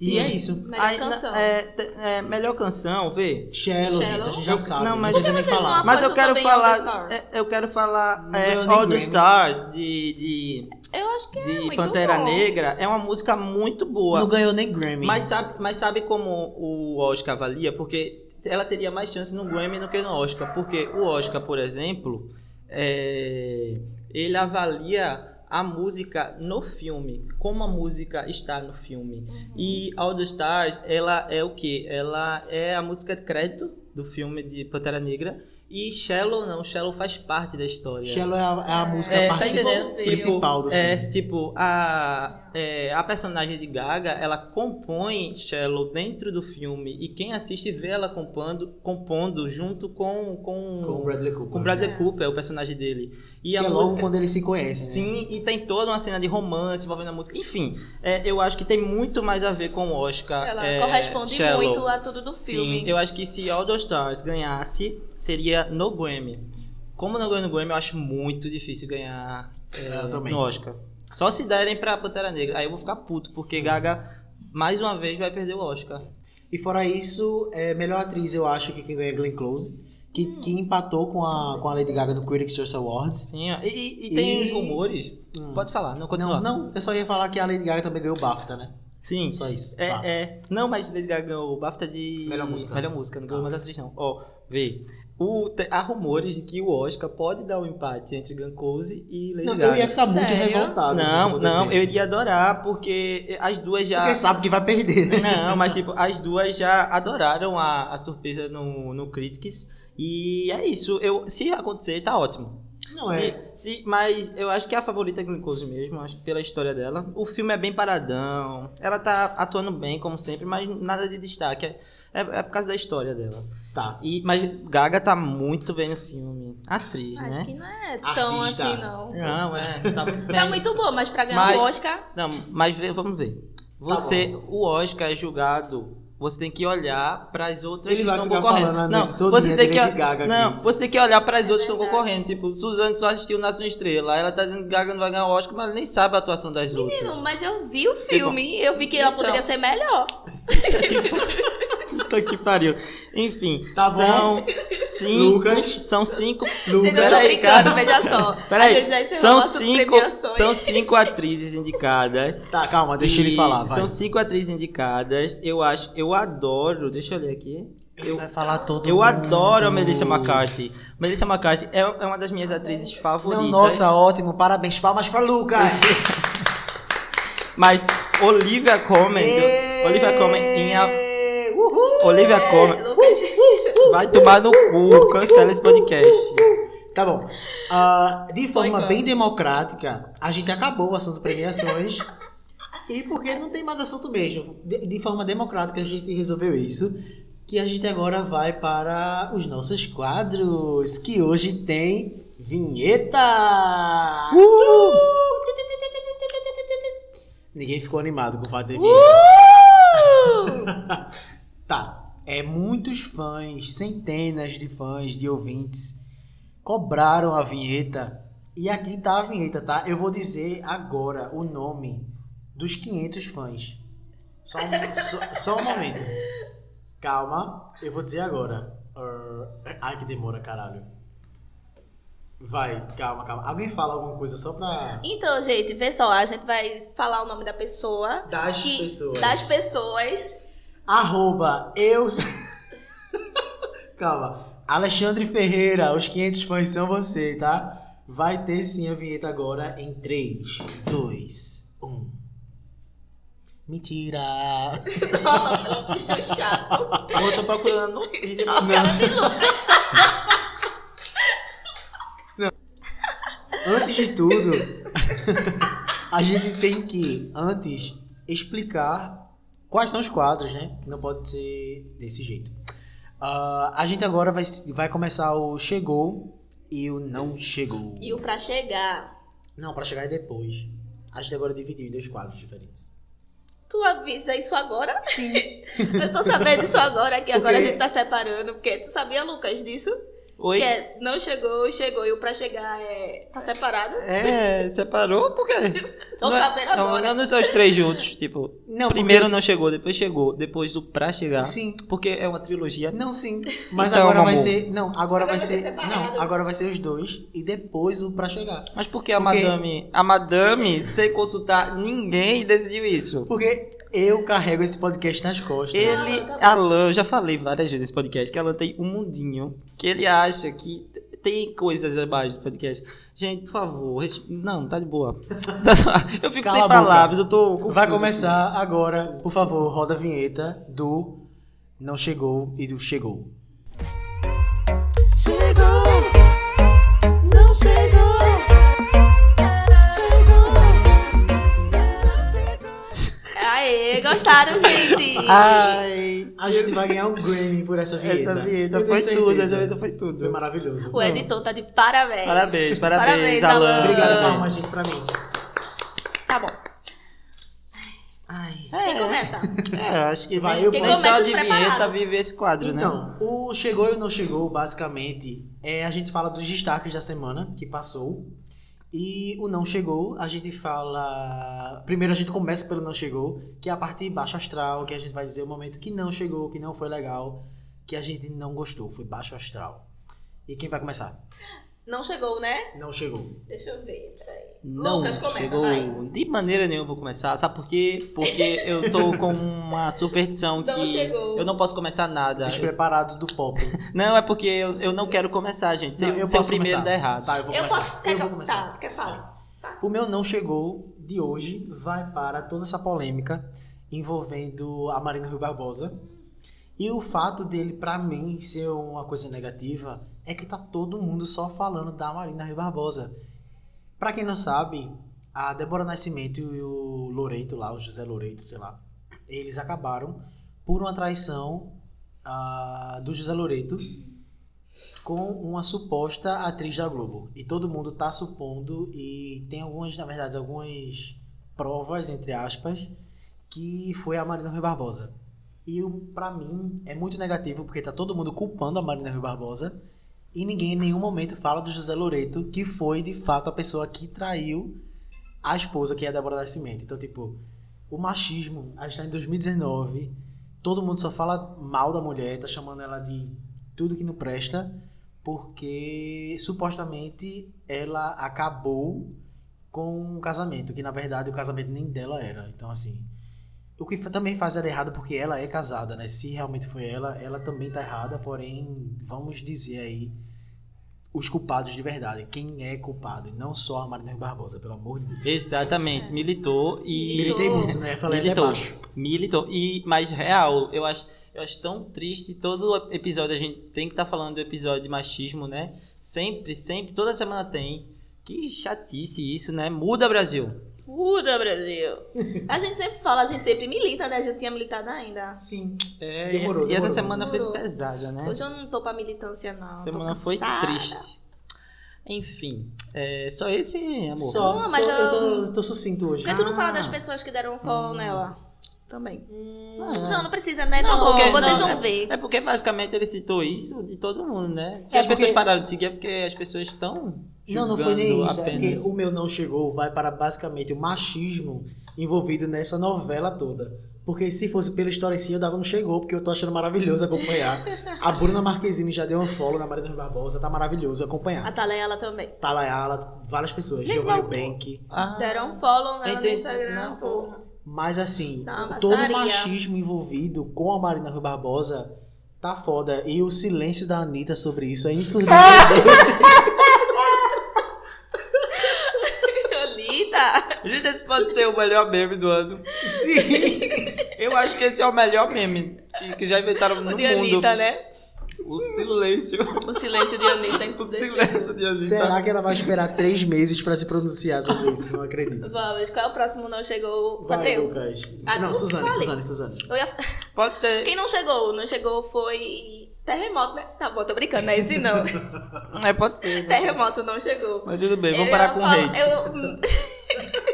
S1: E
S2: Sim.
S1: é isso.
S3: Melhor
S2: Aí, na-
S3: canção.
S2: é, te- é, melhor canção, vê.
S1: Cello,
S3: Cello?
S1: gente, a gente já
S2: Eu-
S1: sabe.
S2: não, mas-
S1: não precisa
S3: Por
S1: nem
S3: que vocês
S1: falar.
S3: Ah, não
S2: Mas eu
S3: Aposto
S2: quero
S3: também All the
S2: falar,
S3: Stars.
S2: é, eu quero falar é,
S1: Não ganhou né? nem
S2: All the
S1: Grammy.
S2: Stars de, de,
S3: Eu acho que é
S2: de
S3: muito
S2: Pantera
S3: bom.
S2: Negra é uma música muito boa.
S1: Não ganhou nem Grammy.
S2: Mas sabe, mas sabe como o Oscar avalia? Porque ela teria mais chance no Grammy do que no Oscar. Porque o Oscar, por exemplo, é, ele avalia a música no filme, como a música está no filme. E All the Stars, ela é o que? Ela é a música de crédito do filme de Pantera Negra. E Shallow não, Shallow faz parte da história.
S1: Cello é a, é a música
S2: É, tá
S1: parte-
S2: entendendo?
S1: principal do
S2: é,
S1: filme.
S2: tipo, a, é, a personagem de Gaga, ela compõe Shallow dentro do filme. E quem assiste vê ela compondo, compondo junto com, com,
S1: Com o Bradley Cooper.
S2: com o Bradley Cooper, o personagem dele. E
S1: Que
S2: a
S1: é logo
S2: música...
S1: quando eles se conhecem, né?
S2: Sim, e tem toda uma cena de romance envolvendo a música. Enfim, é, eu acho que tem muito mais a ver com o Oscar.
S3: Ela
S2: é,
S3: corresponde
S2: Shallow.
S3: muito a tudo do filme.
S2: Sim, eu acho que se All the Stars ganhasse, seria no Grammy. Como não ganhou no Grammy, eu acho muito difícil ganhar
S1: É, eu também.
S2: no Oscar. Só se derem pra Pantera Negra. Aí eu vou ficar puto,
S1: Hum.
S2: porque Gaga, mais uma vez, vai perder o Oscar.
S1: E fora isso, é melhor atriz, eu acho que quem ganha é Glenn Close. Que,
S2: Hum.
S1: que empatou com a, com a Lady Gaga no Critics' Choice Awards.
S2: Sim, ó. E, e- e tem
S1: E-
S2: os rumores.
S1: Hum.
S2: Pode falar, não continua.
S1: Não, não, eu só ia falar que a Lady Gaga também ganhou o BAFTA, né?
S2: Sim.
S1: Só isso.
S2: É,
S1: Tá.
S2: é. Não, mas Lady Gaga ganhou o BAFTA de...
S1: Melhor música.
S2: Melhor música, não ganhou
S1: Tá.
S2: melhor atriz não. Ó, vê. O, te- há rumores de que o Oscar pode dar um empate entre Glenn Close e Lady
S1: Não,
S2: Gaga.
S1: eu ia ficar muito
S3: Sério?
S1: revoltado se isso
S2: Não, não,
S1: acontecesse.
S2: eu iria adorar, porque as duas já.
S1: Porque sabe que vai perder, né?
S2: Não, mas tipo, as duas já adoraram a, a surpresa no, no Critics. E é isso. Eu, se acontecer, tá ótimo.
S1: Não
S2: Se-
S1: é.
S2: se- mas eu acho que a favorita é Glicose mesmo, acho que pela história dela. O filme é bem paradão. Ela tá atuando bem, como sempre, mas nada de destaque. É, é, é por causa da história dela.
S1: Tá.
S2: E, mas Gaga tá muito bem no filme. Atriz,
S3: Acho
S2: né?
S3: que não é tão
S1: Artista.
S3: assim, não.
S2: Não, é. Tá muito bem.
S3: Tá muito bom, mas pra ganhar
S2: Mas-
S3: o Oscar,
S2: Não, mas vê- vamos ver. Você,
S1: Tá bom.
S2: o Oscar é julgado. Você tem que olhar para as outras
S1: Ele
S2: que
S1: vai
S2: estão
S1: ficar
S2: concorrendo.
S1: falando a
S2: não,
S1: noite toda,
S2: você
S1: né,
S2: tem
S1: de
S2: que
S1: Lady Gaga aqui.
S2: não, você tem que olhar para as
S3: É
S2: outras que estão
S3: verdade.
S2: concorrendo. Tipo, Suzane só assistiu Nação Estrela. Ela tá dizendo que Gaga não vai ganhar o Oscar, mas ela nem sabe a atuação das
S3: menino, mas eu vi
S1: Tipo,
S3: o filme, eu vi que ela
S2: Então.
S3: poderia ser melhor.
S2: outras. Puta que pariu. Enfim,
S1: Tá
S2: são
S1: bom.
S2: cinco,
S1: Lucas.
S2: são cinco.
S3: Vocês não
S1: Lucas.
S3: estão
S2: Peraí,
S3: tá brincando,
S2: cara.
S3: veja só. A
S2: Peraí,
S3: gente já encerrou
S2: são
S3: nossas
S2: cinco,
S3: premiações.
S2: são cinco atrizes indicadas.
S1: Tá, calma, deixa
S2: E
S1: ele falar, vai.
S2: São cinco atrizes indicadas. Eu acho, eu adoro. Deixa eu ler aqui. Eu,
S1: falar todo
S2: eu adoro a Melissa McCarthy. Melissa McCarthy é, é uma das minhas atrizes favoritas.
S1: Não, nossa, ótimo. Parabéns, palmas pra Lucas.
S2: Mas Olivia Colman,
S1: Ê, Uh!
S2: Olivia Colman em a-
S1: Uhul.
S2: Olivia
S3: É,
S2: Colman
S3: Lucas,
S2: vai tomar no cu, cancela esse podcast.
S1: Tá bom. Ah, de forma
S3: embora.
S1: bem democrática, a gente acabou o assunto premiações. e porque não tem mais assunto mesmo. De, de forma democrática, a gente resolveu isso. Que a gente agora vai para os nossos quadros, que hoje tem vinheta! Ninguém ficou animado com o fato de vinheta.
S3: Uh!
S1: Tá. É, muitos fãs, centenas de fãs, de ouvintes, cobraram a vinheta. E aqui tá a vinheta, tá? Eu vou dizer agora o nome dos 500 fãs. Só um, só- só um momento. Calma, eu vou dizer agora. Ah, ai, que demora, caralho. Vai, calma, calma. Alguém fala alguma coisa só pra.
S3: Então, gente, vê só, a gente vai falar o nome da pessoa.
S1: Das
S3: que-
S1: pessoas.
S3: Das pessoas.
S1: Arroba eu. Calma. Alexandre Ferreira, os 500 fãs são você, tá? Vai ter sim a vinheta agora em 3, 2, 1. Mentira!
S3: Ó, puxa chato.
S2: Eu tô procurando notícia.
S3: Ó, cara de Lucas.
S1: Antes de tudo, a gente tem que, antes, explicar quais são os quadros, né? Que não pode ser desse jeito. Ah, a gente agora vai, vai começar o Chegou e o Não Chegou.
S3: E o pra chegar.
S1: Não, pra chegar é depois. A gente agora dividiu em dois quadros diferentes.
S3: Tu avisa isso agora? Sim. Eu tô sabendo isso agora, que agora a
S1: Porque-
S3: gente tá separando. Porque tu sabia, Lucas, disso?
S2: Oi?
S3: Que é, não chegou, chegou. E o pra chegar é. Tá separado?
S2: É, separou porque.
S3: Tô
S2: não, é-
S3: sabendo
S2: não,
S3: agora.
S2: não, não são os três juntos. Tipo,
S1: Não,
S2: primeiro não chegou, depois chegou, depois do pra chegar.
S1: Sim.
S2: Porque é uma trilogia.
S1: Não, sim. Mas
S2: Então,
S1: agora vai
S2: amor.
S1: ser. Não, agora vai
S3: vai ser
S1: ser.
S3: separado.
S1: Não, agora vai ser os dois e depois o pra chegar.
S2: Mas por que a
S1: Porque-
S2: madame, a madame, sem consultar ninguém, decidiu isso?
S1: Porque eu carrego esse podcast nas costas.
S2: Ele,
S3: tá bom.
S2: Alan, eu já falei várias vezes nesse podcast que Alan tem um mundinho que ele acha que tem coisas abaixo do podcast. Gente, por favor, res- não, tá de boa. Eu fico
S1: Cala a boca.
S2: sem palavras, eu tô. confuso
S1: Vai começar agora, por favor, roda a vinheta do Não Chegou e do Chegou.
S4: Chegou, não chegou, chegou, não chegou.
S3: Aê, gostaram, gente?
S2: Ah.
S1: Ai! A gente vai ganhar um Grammy por essa
S2: aqui.
S1: vinheta.
S2: Essa vinheta
S1: Eu tenho
S2: foi tudo,
S1: certeza.
S2: essa vinheta foi
S1: Foi
S2: tudo.
S1: maravilhoso.
S3: O editor tá de parabéns.
S2: Parabéns, parabéns, Alan.
S1: Obrigado,
S2: Ah.
S1: palmas, gente, pra mim.
S3: Tá bom.
S1: Ai.
S3: Quem começa?
S2: É, acho que vai.
S1: Quem
S2: Eu
S1: começa
S2: começar
S3: os
S2: de vinheta
S3: preparados.
S2: viver esse quadro, né?
S1: Então, o chegou e o não chegou, basicamente, é a gente fala dos destaques da semana que passou. E o não chegou, a gente fala. Primeiro a gente começa pelo não chegou, que é a parte baixo astral, que a gente vai dizer o momento que não chegou, que não foi legal, que a gente não gostou, foi baixo astral. E quem vai começar?
S3: Não chegou, né?
S1: Não chegou.
S3: Deixa eu ver. peraí.
S2: Não
S3: Lucas, começa,
S2: chegou
S3: vai.
S2: de maneira nenhuma eu vou começar, sabe por quê? Porque eu tô com uma superstição Um que
S3: Não chegou.
S2: eu não posso começar nada.
S1: Despreparado do pop.
S2: Não, é porque eu, eu não quero começar, gente. Se,
S1: Não, eu
S2: se o
S1: posso
S2: primeiro
S1: começar.
S2: der errado.
S1: Tá, eu vou
S3: eu
S1: começar.
S3: posso ficar
S1: eu vou
S3: com-
S1: começar.
S3: Tá, quer fale.
S1: O meu não chegou de hoje vai para toda essa polêmica envolvendo a Marina Rui Barbosa E o fato dele, pra mim, ser uma coisa negativa é que tá todo mundo só falando da Marina Rui Barbosa. Pra quem não sabe, a Débora Nascimento e o Loreto lá, o José Loreto, sei lá, eles acabaram por uma traição ah, do José Loreto com uma suposta atriz da Globo. E todo mundo tá supondo e tem algumas, na verdade, algumas provas, entre aspas, que foi a Marina Rui Barbosa. E o- pra mim é muito negativo porque tá todo mundo culpando a Marina Rui Barbosa e ninguém em nenhum momento fala do José Loreto, que foi de fato a pessoa que traiu a esposa, que é a Débora Nascimento. Então, tipo, o machismo, a gente tá em 2019, todo mundo só fala mal da mulher, tá chamando ela de tudo que não presta, porque supostamente ela acabou com um casamento, que na verdade o casamento nem dela era. Então, assim, o que fa- também faz ela errada porque ela é casada, né? Se realmente foi ela, ela também tá errada, porém, vamos dizer aí os culpados de verdade. Quem é culpado? E não só a Marina Barbosa, pelo amor de Deus.
S2: Exatamente, militou e.
S3: Militou.
S1: Militei muito, né? Falei até
S2: Militou.
S1: baixo.
S2: Militou. E, mas real, eu acho, eu acho tão triste. Todo episódio a gente tem que estar falando do episódio de machismo, né? Sempre, sempre, toda semana tem. Que chatice isso, né? Muda, Brasil.
S3: Pura Brasil. A gente sempre fala, a gente sempre milita, né? A gente não tinha militado ainda.
S1: Sim.
S2: É,
S1: Demorou,
S2: e essa
S1: demorou.
S2: semana
S3: Demorou.
S2: foi pesada, né?
S3: Hoje eu não tô pra militância, não.
S2: semana
S3: Tô
S2: foi
S3: cansada.
S2: triste. Enfim, é só esse, amor.
S1: Só.
S3: Não, mas
S1: tô, eu
S3: eu-
S1: tô, tô sucinto hoje.
S3: Porque tu não fala
S2: Ah.
S3: das pessoas que deram um
S2: Hum.
S3: follow nela. Também.
S2: Ah,
S3: Não, não precisa, né? Não,
S2: Não,
S3: bom,
S2: porque-
S3: vocês
S2: não,
S3: vão ver.
S2: É porque basicamente ele citou isso de todo mundo, né? Se
S1: É
S2: as pessoas
S1: porque-
S2: pararam de seguir é porque as pessoas estão.
S1: Não, não foi nem
S2: julgando
S1: isso. é
S2: apenas.
S1: porque o meu não chegou vai para basicamente o machismo envolvido nessa novela toda. Porque se fosse pela história em si, eu dava não chegou, porque eu tô achando maravilhoso acompanhar. A Bruna Marquezine já deu um follow na Marina Barbosa, tá mmaravilhoso
S3: A
S1: acompanhar.
S3: Thalia, ela também.
S1: Tá lá ela, várias pessoas,
S2: Gente,
S1: Giovanni
S2: mas-
S1: Bank.
S2: Ah,
S3: Deram um follow nela no
S2: entendi.
S3: Instagram,
S2: Não,
S3: pô.
S1: Mas assim,
S3: Tá uma
S1: todo o
S3: maçaria.
S1: machismo envolvido com a Marina Rui Barbosa tá foda. E o silêncio da Anitta sobre isso é ensurdecedor.
S3: Lolita!
S2: Gente, esse pode ser o melhor meme do ano.
S1: Sim.
S2: Eu acho que esse é o melhor meme que, que já inventaram no
S3: O de
S2: mundo.
S3: Anitta, né?
S2: O silêncio.
S3: O silêncio de Anitta em
S2: O silêncio de Anitta.
S1: Será que ela vai esperar três meses pra se pronunciar sobre isso? Não acredito.
S3: Vamos, qual é o próximo não chegou?
S1: Vai,
S3: Pode ser eu.
S1: Lucas.
S3: Ah,
S1: um. não,
S3: eu
S1: Suzane,
S3: falei.
S1: Suzane, Suzane.
S3: Eu ia-
S2: Pode ser.
S3: Quem não chegou? Não chegou foi terremoto, né? Tá bom, tô brincando, não é esse não.
S2: É, pode ser.
S3: terremoto não chegou.
S2: Mas tudo bem,
S3: Eu
S2: vamos
S3: ia
S2: parar com o
S3: falar-
S2: hate.
S3: Eu...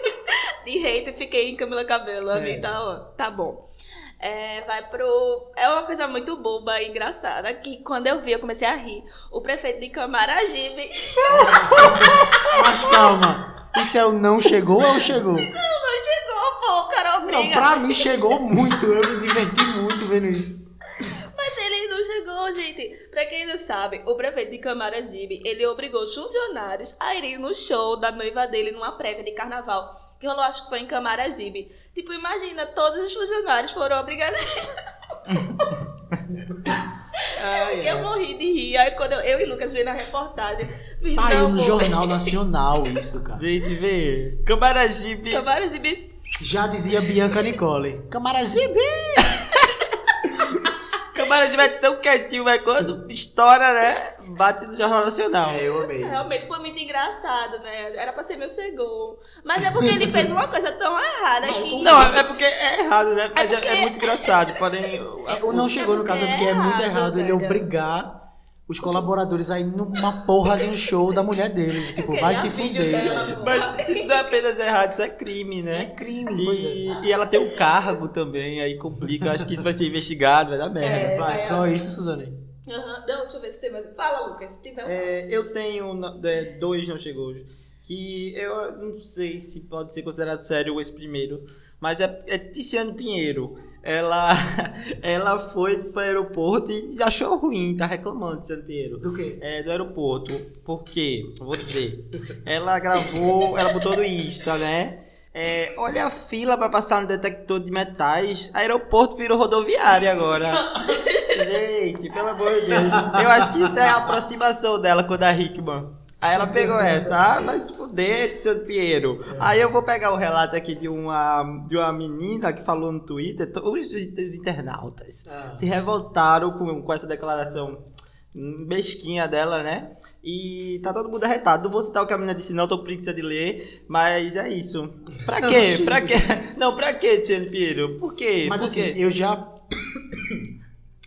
S3: De hate fiquei em Camila Cabelo,
S1: É.
S3: ali, tá, ó, tá bom. É, vai pro. É uma coisa muito boba e engraçada que quando eu vi, eu comecei a rir. O prefeito de Camaragibe
S1: Mas calma, isso é o não chegou ou chegou?
S3: não chegou, pô, Carol
S1: Não,
S3: Briga.
S1: pra mim chegou muito, eu me diverti muito vendo isso.
S3: Mas ele não chegou, gente. Pra quem não sabe, o prefeito de Camaragibe, ele obrigou os funcionários a irem no show da noiva dele numa prévia de carnaval. Que rolou, acho que foi em Camaragibe. Tipo, imagina, todos os funcionários foram obrigados.
S2: É.
S1: Ai,
S3: Eu
S1: ai.
S3: morri de rir. Aí quando eu, eu e Lucas veio na reportagem. fiz,
S1: Saiu
S3: não,
S1: no
S3: pô,
S2: né?
S1: Jornal Nacional isso, cara.
S2: Gente, vê. Camaragibe.
S3: Camaragibe.
S1: Já dizia Bianca Nicole. Camaragibe!
S2: Camaragibe é tão quietinho, mas quando estoura, né? Bate no Jornal Nacional.
S1: É, eu amei.
S3: Realmente foi muito engraçado, né? Era pra ser meu chegou. Mas é porque ele fez uma coisa tão errada que.
S2: Não, é porque é errado, né? Mas é,
S3: porque-
S2: é muito engraçado, porém. o-
S1: É, o não chegou no caso é porque é muito errado ele
S3: velho.
S1: obrigar os colaboradores a ir numa porra de um show da mulher dele. Tipo,
S3: Aquele
S1: vai se
S3: filho
S1: fuder.
S3: dela,
S1: velho.
S2: Mas isso não é apenas errado, isso é crime,
S1: É
S2: né?
S1: crime, pois é.
S2: E, e ela tem um cargo também, aí complica. Eu acho que isso vai ser investigado, vai dar merda.
S3: É,
S1: Vai,
S3: é.
S1: só isso, Suzane.
S3: Aham, Não, deixa eu ver se tem mais. Fala, Lucas, se tiver.
S2: É, eu tenho na- é, dois não chegou hoje. Que eu não sei se pode ser considerado sério esse primeiro. Mas é, é Tiziane Pinheiro. Ela, ela foi para o aeroporto e achou ruim, tá reclamando, Tiziane Pinheiro.
S1: Do quê?
S2: É, do aeroporto. Por quê? Vou dizer. Ela gravou, ela botou no Insta, né? É, olha a fila pra passar no detector de metais. Aeroporto virou rodoviária agora. Gente, pelo amor de Deus. Eu acho que isso é a aproximação dela com a da Hickman. Aí ela pegou essa, ah, mas se fuder, seu Piero. Aí eu vou pegar o relato aqui de uma, de uma menina que falou no Twitter, to- os, os internautas
S1: Ah.
S2: se revoltaram com, com essa declaração besquinha dela, né? E tá todo mundo arretado. Não vou citar o que a menina disse, não, tô com preguiça de ler, mas é isso. Pra quê? pra quê? Não, pra quê, Tiziano Piero? Por quê?
S1: Mas
S2: Por
S1: assim,
S2: quê?
S1: eu já.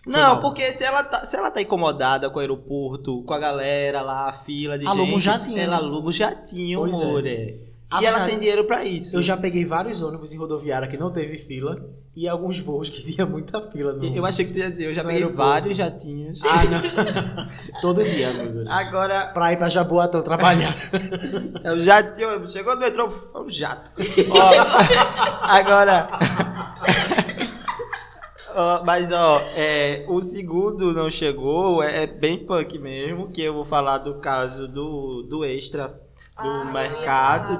S2: Não,
S1: mal.
S2: porque se ela, tá, se ela tá incomodada com o aeroporto, com a galera lá, a fila de
S1: Aluga um
S2: gente...
S1: jatinho.
S2: Ela aluga um jatinho,
S1: Pois é.
S2: more.
S1: A
S2: E ela
S1: verdade-
S2: tem dinheiro pra isso.
S1: Eu já peguei vários ônibus em rodoviária que não teve fila e alguns voos que tinha muita fila. No...
S2: Eu achei que tu ia dizer, eu já
S1: No
S2: peguei
S1: aeroporto.
S2: vários jatinhos.
S1: Ah, não. Todo dia, meu Deus.
S2: Agora,
S1: Pra ir pra Jaboatão trabalhar.
S2: é o jatinho, chegou no metrô, é um jato. Ó, agora... Ó, mas, ó, é, o segundo não chegou, é, é bem punk mesmo, que eu vou falar do caso do, do Extra. do
S3: Ah, eu ia
S2: mercado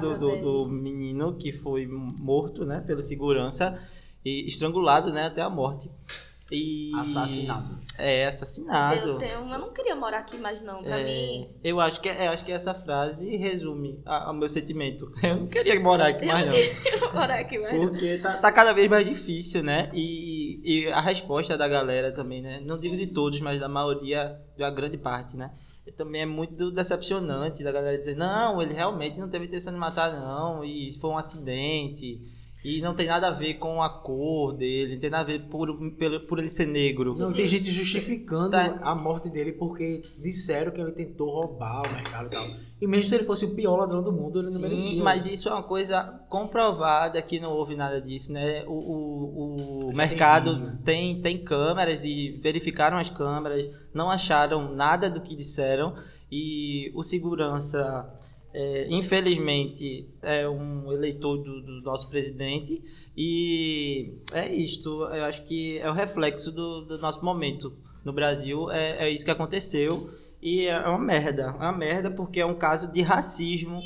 S3: falar
S2: do, do,
S3: também.
S2: do menino que foi morto, né, pelo segurança e estrangulado, né, até a morte. E
S1: Assassinado.
S2: É
S3: Eu,
S2: assassinado.
S3: tenho- eu não queria morar aqui mais, não. Pra
S2: É,
S3: mim.
S2: eu acho que é, eu acho que essa frase resume a- o meu sentimento. Eu não queria morar aqui mais não.
S3: Eu morar aqui mais. não.
S2: Porque tá, tá cada vez mais difícil, né? E, e a resposta da galera também, né? Não digo de todos, mas da maioria, da grande parte, né? E também é muito decepcionante da galera dizer, não, ele realmente não teve intenção de matar, não, e foi um acidente, e não tem nada a ver com a cor dele, não tem nada a ver por, pelo- por ele ser negro.
S1: Não, tem gente justificando
S2: Tá.
S1: a morte dele porque disseram que ele tentou roubar o mercado e tal. E mesmo se ele fosse o pior ladrão do mundo, ele não
S2: Sim,
S1: merecia. né?
S2: mas
S1: isso.
S2: isso é uma coisa comprovada que não houve nada disso, né? O, o, o mercado tem, tem câmeras e verificaram as câmeras, não acharam nada do que disseram e o segurança, é, infelizmente, é um eleitor do, do nosso presidente e é isto. Eu acho que é o reflexo do, do nosso momento no Brasil, é, é isso que aconteceu. E é uma merda, é uma merda porque é um caso de racismo
S3: Ai,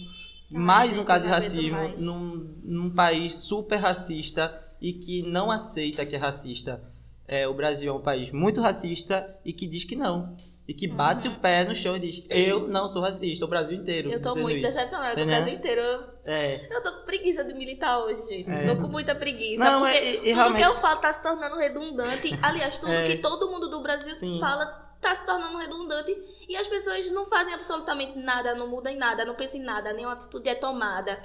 S2: mais
S3: gente,
S2: um caso de
S3: Ah, eu não aguento
S2: racismo
S3: mais.
S2: num, num país super racista e que não aceita que é racista. É, o Brasil é um país muito racista e que diz que não. E
S3: Uhum.
S2: que bate o pé no chão e diz: Eu não sou racista, o Brasil inteiro.
S3: Eu tô
S2: dizendo
S3: muito
S2: isso.
S3: decepcionada com o
S2: Né?
S3: Brasil inteiro. Eu-
S2: É.
S3: Eu tô com preguiça de militar hoje, gente.
S2: É.
S3: Tô com muita preguiça.
S2: Não,
S3: porque
S2: é- e- e
S3: tudo
S2: realmente-
S3: que eu falo tá se tornando redundante. Aliás, tudo
S2: É.
S3: que todo mundo do Brasil
S2: Sim.
S3: fala tá se tornando redundante. E as pessoas não fazem absolutamente nada, não mudam em nada, não pensam em nada, nenhuma atitude é tomada.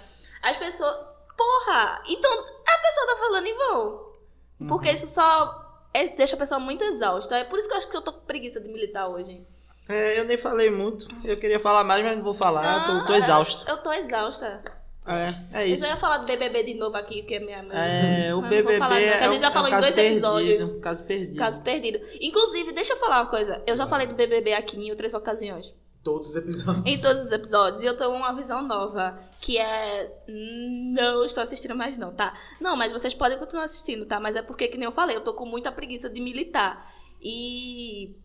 S3: As pessoas. Porra! Então a pessoa tá falando em vão.
S2: Uhum.
S3: Porque isso só. é- deixa a pessoa muito exausta. É por isso que eu acho que eu tô com preguiça de militar hoje.
S2: É, eu nem falei muito. Eu queria falar mais, mas não vou falar. eu tô,
S3: Ah, é.
S2: tô exausto.
S3: Eu tô exausta.
S2: É, é
S3: Eu
S2: isso.
S3: já ia falar do BBB de novo aqui, que é minha mãe.
S2: É, o
S3: Mas não vou
S2: BBB
S3: falar, não, que a
S2: é
S3: gente
S2: um-
S3: já
S2: é um
S3: falou em
S2: caso
S3: dois
S2: perdido,
S3: episódios.
S2: um Caso perdido.
S3: Caso perdido. Inclusive, deixa eu falar uma coisa. Eu já falei do BBB aqui em outras ocasiões.
S1: Todos os episódios.
S3: Em todos os episódios. E eu tenho uma visão nova. Que é... Não estou assistindo mais não, tá? Não, mas vocês podem continuar assistindo, tá? Mas é porque, que nem eu falei, eu tô com muita preguiça de militar. E...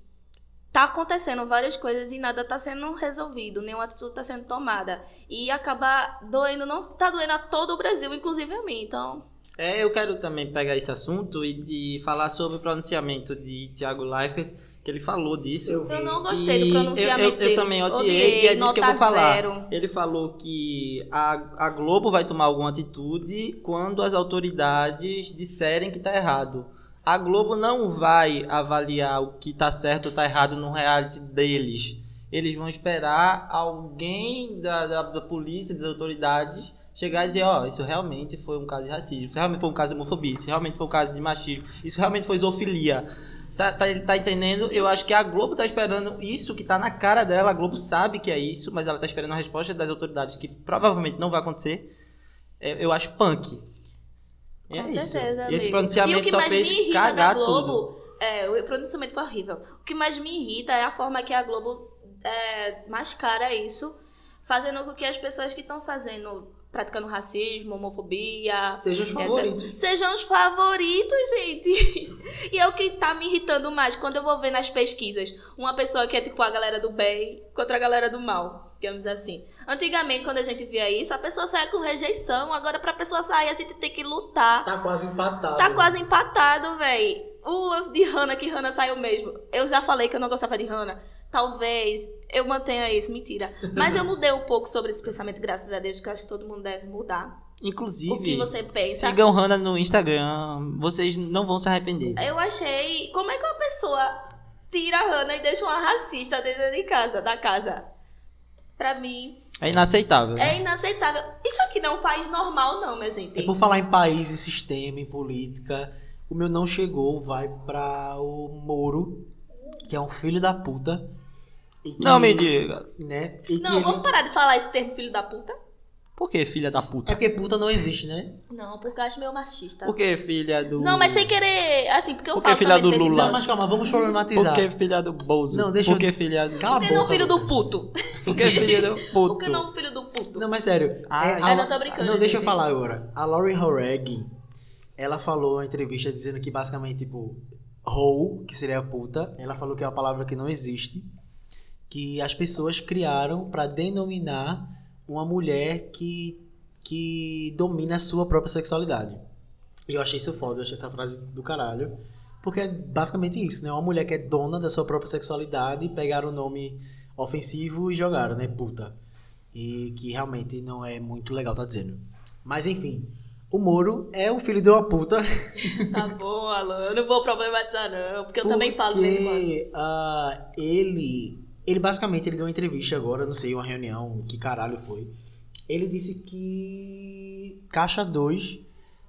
S3: Tá acontecendo várias coisas e nada tá sendo resolvido. Nenhuma atitude tá sendo tomada. E acaba doendo... Não tá doendo a todo o Brasil, inclusive a mim. Então...
S2: É, eu quero também pegar esse assunto e, e falar sobre o pronunciamento de Tiago Leifert, que ele falou disso.
S1: Eu vi.
S3: Eu não gostei
S2: E
S3: do pronunciamento
S2: eu- eu- eu
S3: dele.
S2: também odiei, e é disso
S3: nota
S2: que eu vou falar.
S3: zero.
S2: Ele falou que a, a Globo vai tomar alguma atitude quando as autoridades disserem que tá errado. A Globo não vai avaliar o que tá certo ou tá errado no reality deles. Eles vão esperar alguém da, da, da polícia, das autoridades, chegar e dizer, ó, isso realmente foi um caso de racismo, isso realmente foi um caso de homofobia, isso realmente foi um caso de machismo, isso realmente foi zoofilia. Tá, tá, tá entendendo? Eu acho que a Globo tá esperando isso que tá na cara dela. A Globo sabe que é isso, mas ela tá esperando a resposta das autoridades, que provavelmente não vai acontecer. É, eu acho punk. E é
S3: Com
S2: isso.
S3: certeza,
S2: E esse
S3: amigo.
S2: pronunciamento
S3: e o que
S2: só
S3: mais
S2: fez
S3: me irrita da
S2: cagar
S3: Globo,
S2: tudo.
S3: é, o pronunciamento foi horrível. O que mais me irrita é a forma que a Globo é, mascara isso, fazendo com que as pessoas que estão fazendo, praticando racismo, homofobia,
S1: Sejam os
S3: Essa-
S1: favoritos.
S3: Sejam os favoritos, gente. E é o que tá me irritando mais quando eu vou ver nas pesquisas. Uma pessoa que é tipo a galera do bem contra a galera do mal, digamos assim. Antigamente, quando a gente via isso, a pessoa saia com rejeição. Agora, pra pessoa sair, a gente tem que lutar.
S1: Tá quase empatado.
S3: Tá quase empatado, véi. O lance de Hannah, que Hannah saiu mesmo. Eu já falei que eu não gostava de Hannah. Talvez eu mantenha isso, mentira. Mas eu mudei um pouco sobre esse pensamento, graças a Deus, que eu acho que todo mundo deve mudar.
S2: Inclusive,
S3: O que você pensa?
S2: sigam Hannah no Instagram. Vocês não vão se arrepender.
S3: Eu achei. Como é que uma pessoa tira a Hannah e deixa uma racista dentro de casa, da casa? Pra mim,
S2: É inaceitável.
S3: é inaceitável. Isso aqui não é um país normal, não, minha gente.
S1: E É por falar em país, em sistema, em política, o meu não chegou vai pra o Moro, que é um filho da puta. e que-
S2: Não me diga.
S1: Né? E que
S3: Não,
S1: ele-
S3: vamos parar de falar esse termo, filho da puta?
S2: Por que filha da
S1: É
S2: puta?
S1: porque puta não existe, né?
S3: Não, porque eu acho meio machista.
S2: Por que filha do.
S3: Tá. Não, mas sem querer. Assim, porque eu
S2: Por que
S3: falo
S2: filha
S3: também
S2: do
S3: de vez em
S2: Lula?
S1: Não, mas calma, vamos problematizar.
S2: Por que filha do Bozo?
S1: Não, deixa
S2: Por
S1: eu-
S2: que filha do.
S1: Cala a
S3: Por
S1: boca.
S3: que não é um filho do
S1: velho.
S3: puto?
S2: Por que filha do puto?
S3: Por que não filho do puto?
S1: Não, mas sério.
S2: Ah,
S1: é,
S2: eu
S1: a-
S3: não tô brincando,
S1: Não, deixa eu
S3: gente.
S1: falar agora. A Lauren Horeg, ela falou em entrevista dizendo que basicamente, tipo, hoe, que seria puta, ela falou que é uma palavra que não existe, que as pessoas criaram pra denominar uma mulher que, que domina a sua própria sexualidade. E eu achei isso foda, eu achei essa frase do caralho. Porque é basicamente isso, né? Uma mulher que é dona da sua própria sexualidade, pegaram o nome ofensivo e jogaram, né? Puta e que realmente não é muito legal, tá dizendo. Mas enfim, o Moro é um filho de uma puta.
S3: Tá bom, Alan. Eu não vou problematizar, não. Porque eu também falo de vez em quando.
S1: porque, ah, ele, ele basicamente ele deu uma entrevista agora, não sei, uma reunião, que caralho foi. Ele disse que Caixa 2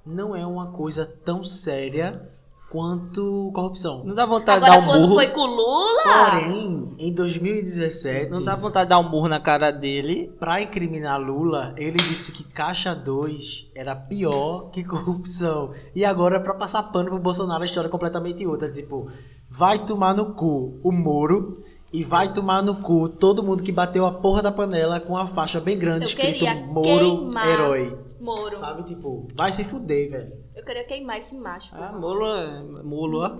S1: não é uma coisa tão séria quanto corrupção.
S2: Não dá vontade de
S3: Agora,
S2: dar um
S3: quando
S2: burro.
S3: foi com o Lula.
S1: Porém, em 2017,
S2: Não dá vontade de dar um burro na cara dele.
S1: pra incriminar Lula, ele disse que Caixa 2 era pior que corrupção. E agora, pra passar pano pro Bolsonaro, a história é completamente outra. Tipo, vai tomar no cu o Moro e vai tomar no cu todo mundo que bateu a porra da panela com a faixa bem grande
S3: Eu
S1: escrito
S3: queria
S1: Moro
S3: queimar.
S1: Herói.
S3: Moro.
S1: Sabe, tipo, vai se fuder, velho.
S3: Eu queria queimar esse macho.
S2: Ah, Moro é. Molo, ó.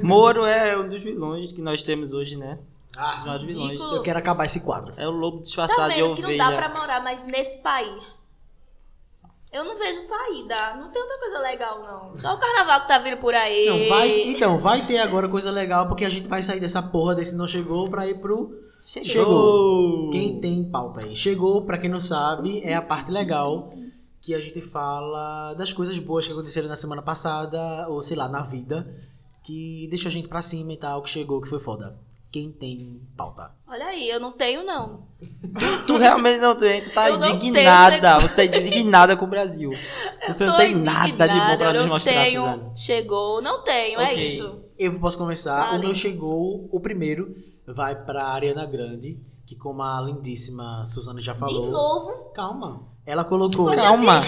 S2: Moro é um dos vilões que nós temos hoje, né? Um dos
S1: Ah,
S2: maiores vilões.
S3: Ridículo.
S1: eu quero acabar esse quadro.
S2: É o lobo
S3: tá
S2: disfarçado de
S3: vendo que não
S1: né?
S3: dá pra
S2: ovelha.
S3: morar mais nesse país. Eu não vejo saída. Não tem outra coisa legal, não. Só o carnaval que tá vindo por aí.
S1: Não, vai, então, vai ter agora coisa legal, porque a gente vai sair dessa porra desse não chegou pra ir pro Chegou. Quem tem pauta aí? Chegou, pra quem não sabe, é a parte legal que a gente fala das coisas boas que aconteceram na semana passada, ou sei lá, na vida, que deixa a gente pra cima e tal, que chegou, que foi foda. Quem tem pauta?
S3: Olha aí, eu não tenho, não.
S2: Tu realmente não tem, tu tá
S3: Eu não
S2: indignada. Você tá indignada com o Brasil. Você não
S3: Tô
S2: tem nada de bom
S3: indignada,
S2: pra
S3: eu
S2: nos
S3: não
S2: mostrar,
S3: tenho.
S2: Suzana.
S3: Chegou, não tenho, é
S2: Ok.
S3: isso.
S1: Eu posso começar.
S3: Fale.
S1: O meu chegou, o primeiro vai pra Ariana Grande, que como a lindíssima Suzana já
S3: De
S1: falou.
S3: novo.
S1: Calma. Ela colocou.
S2: Calma,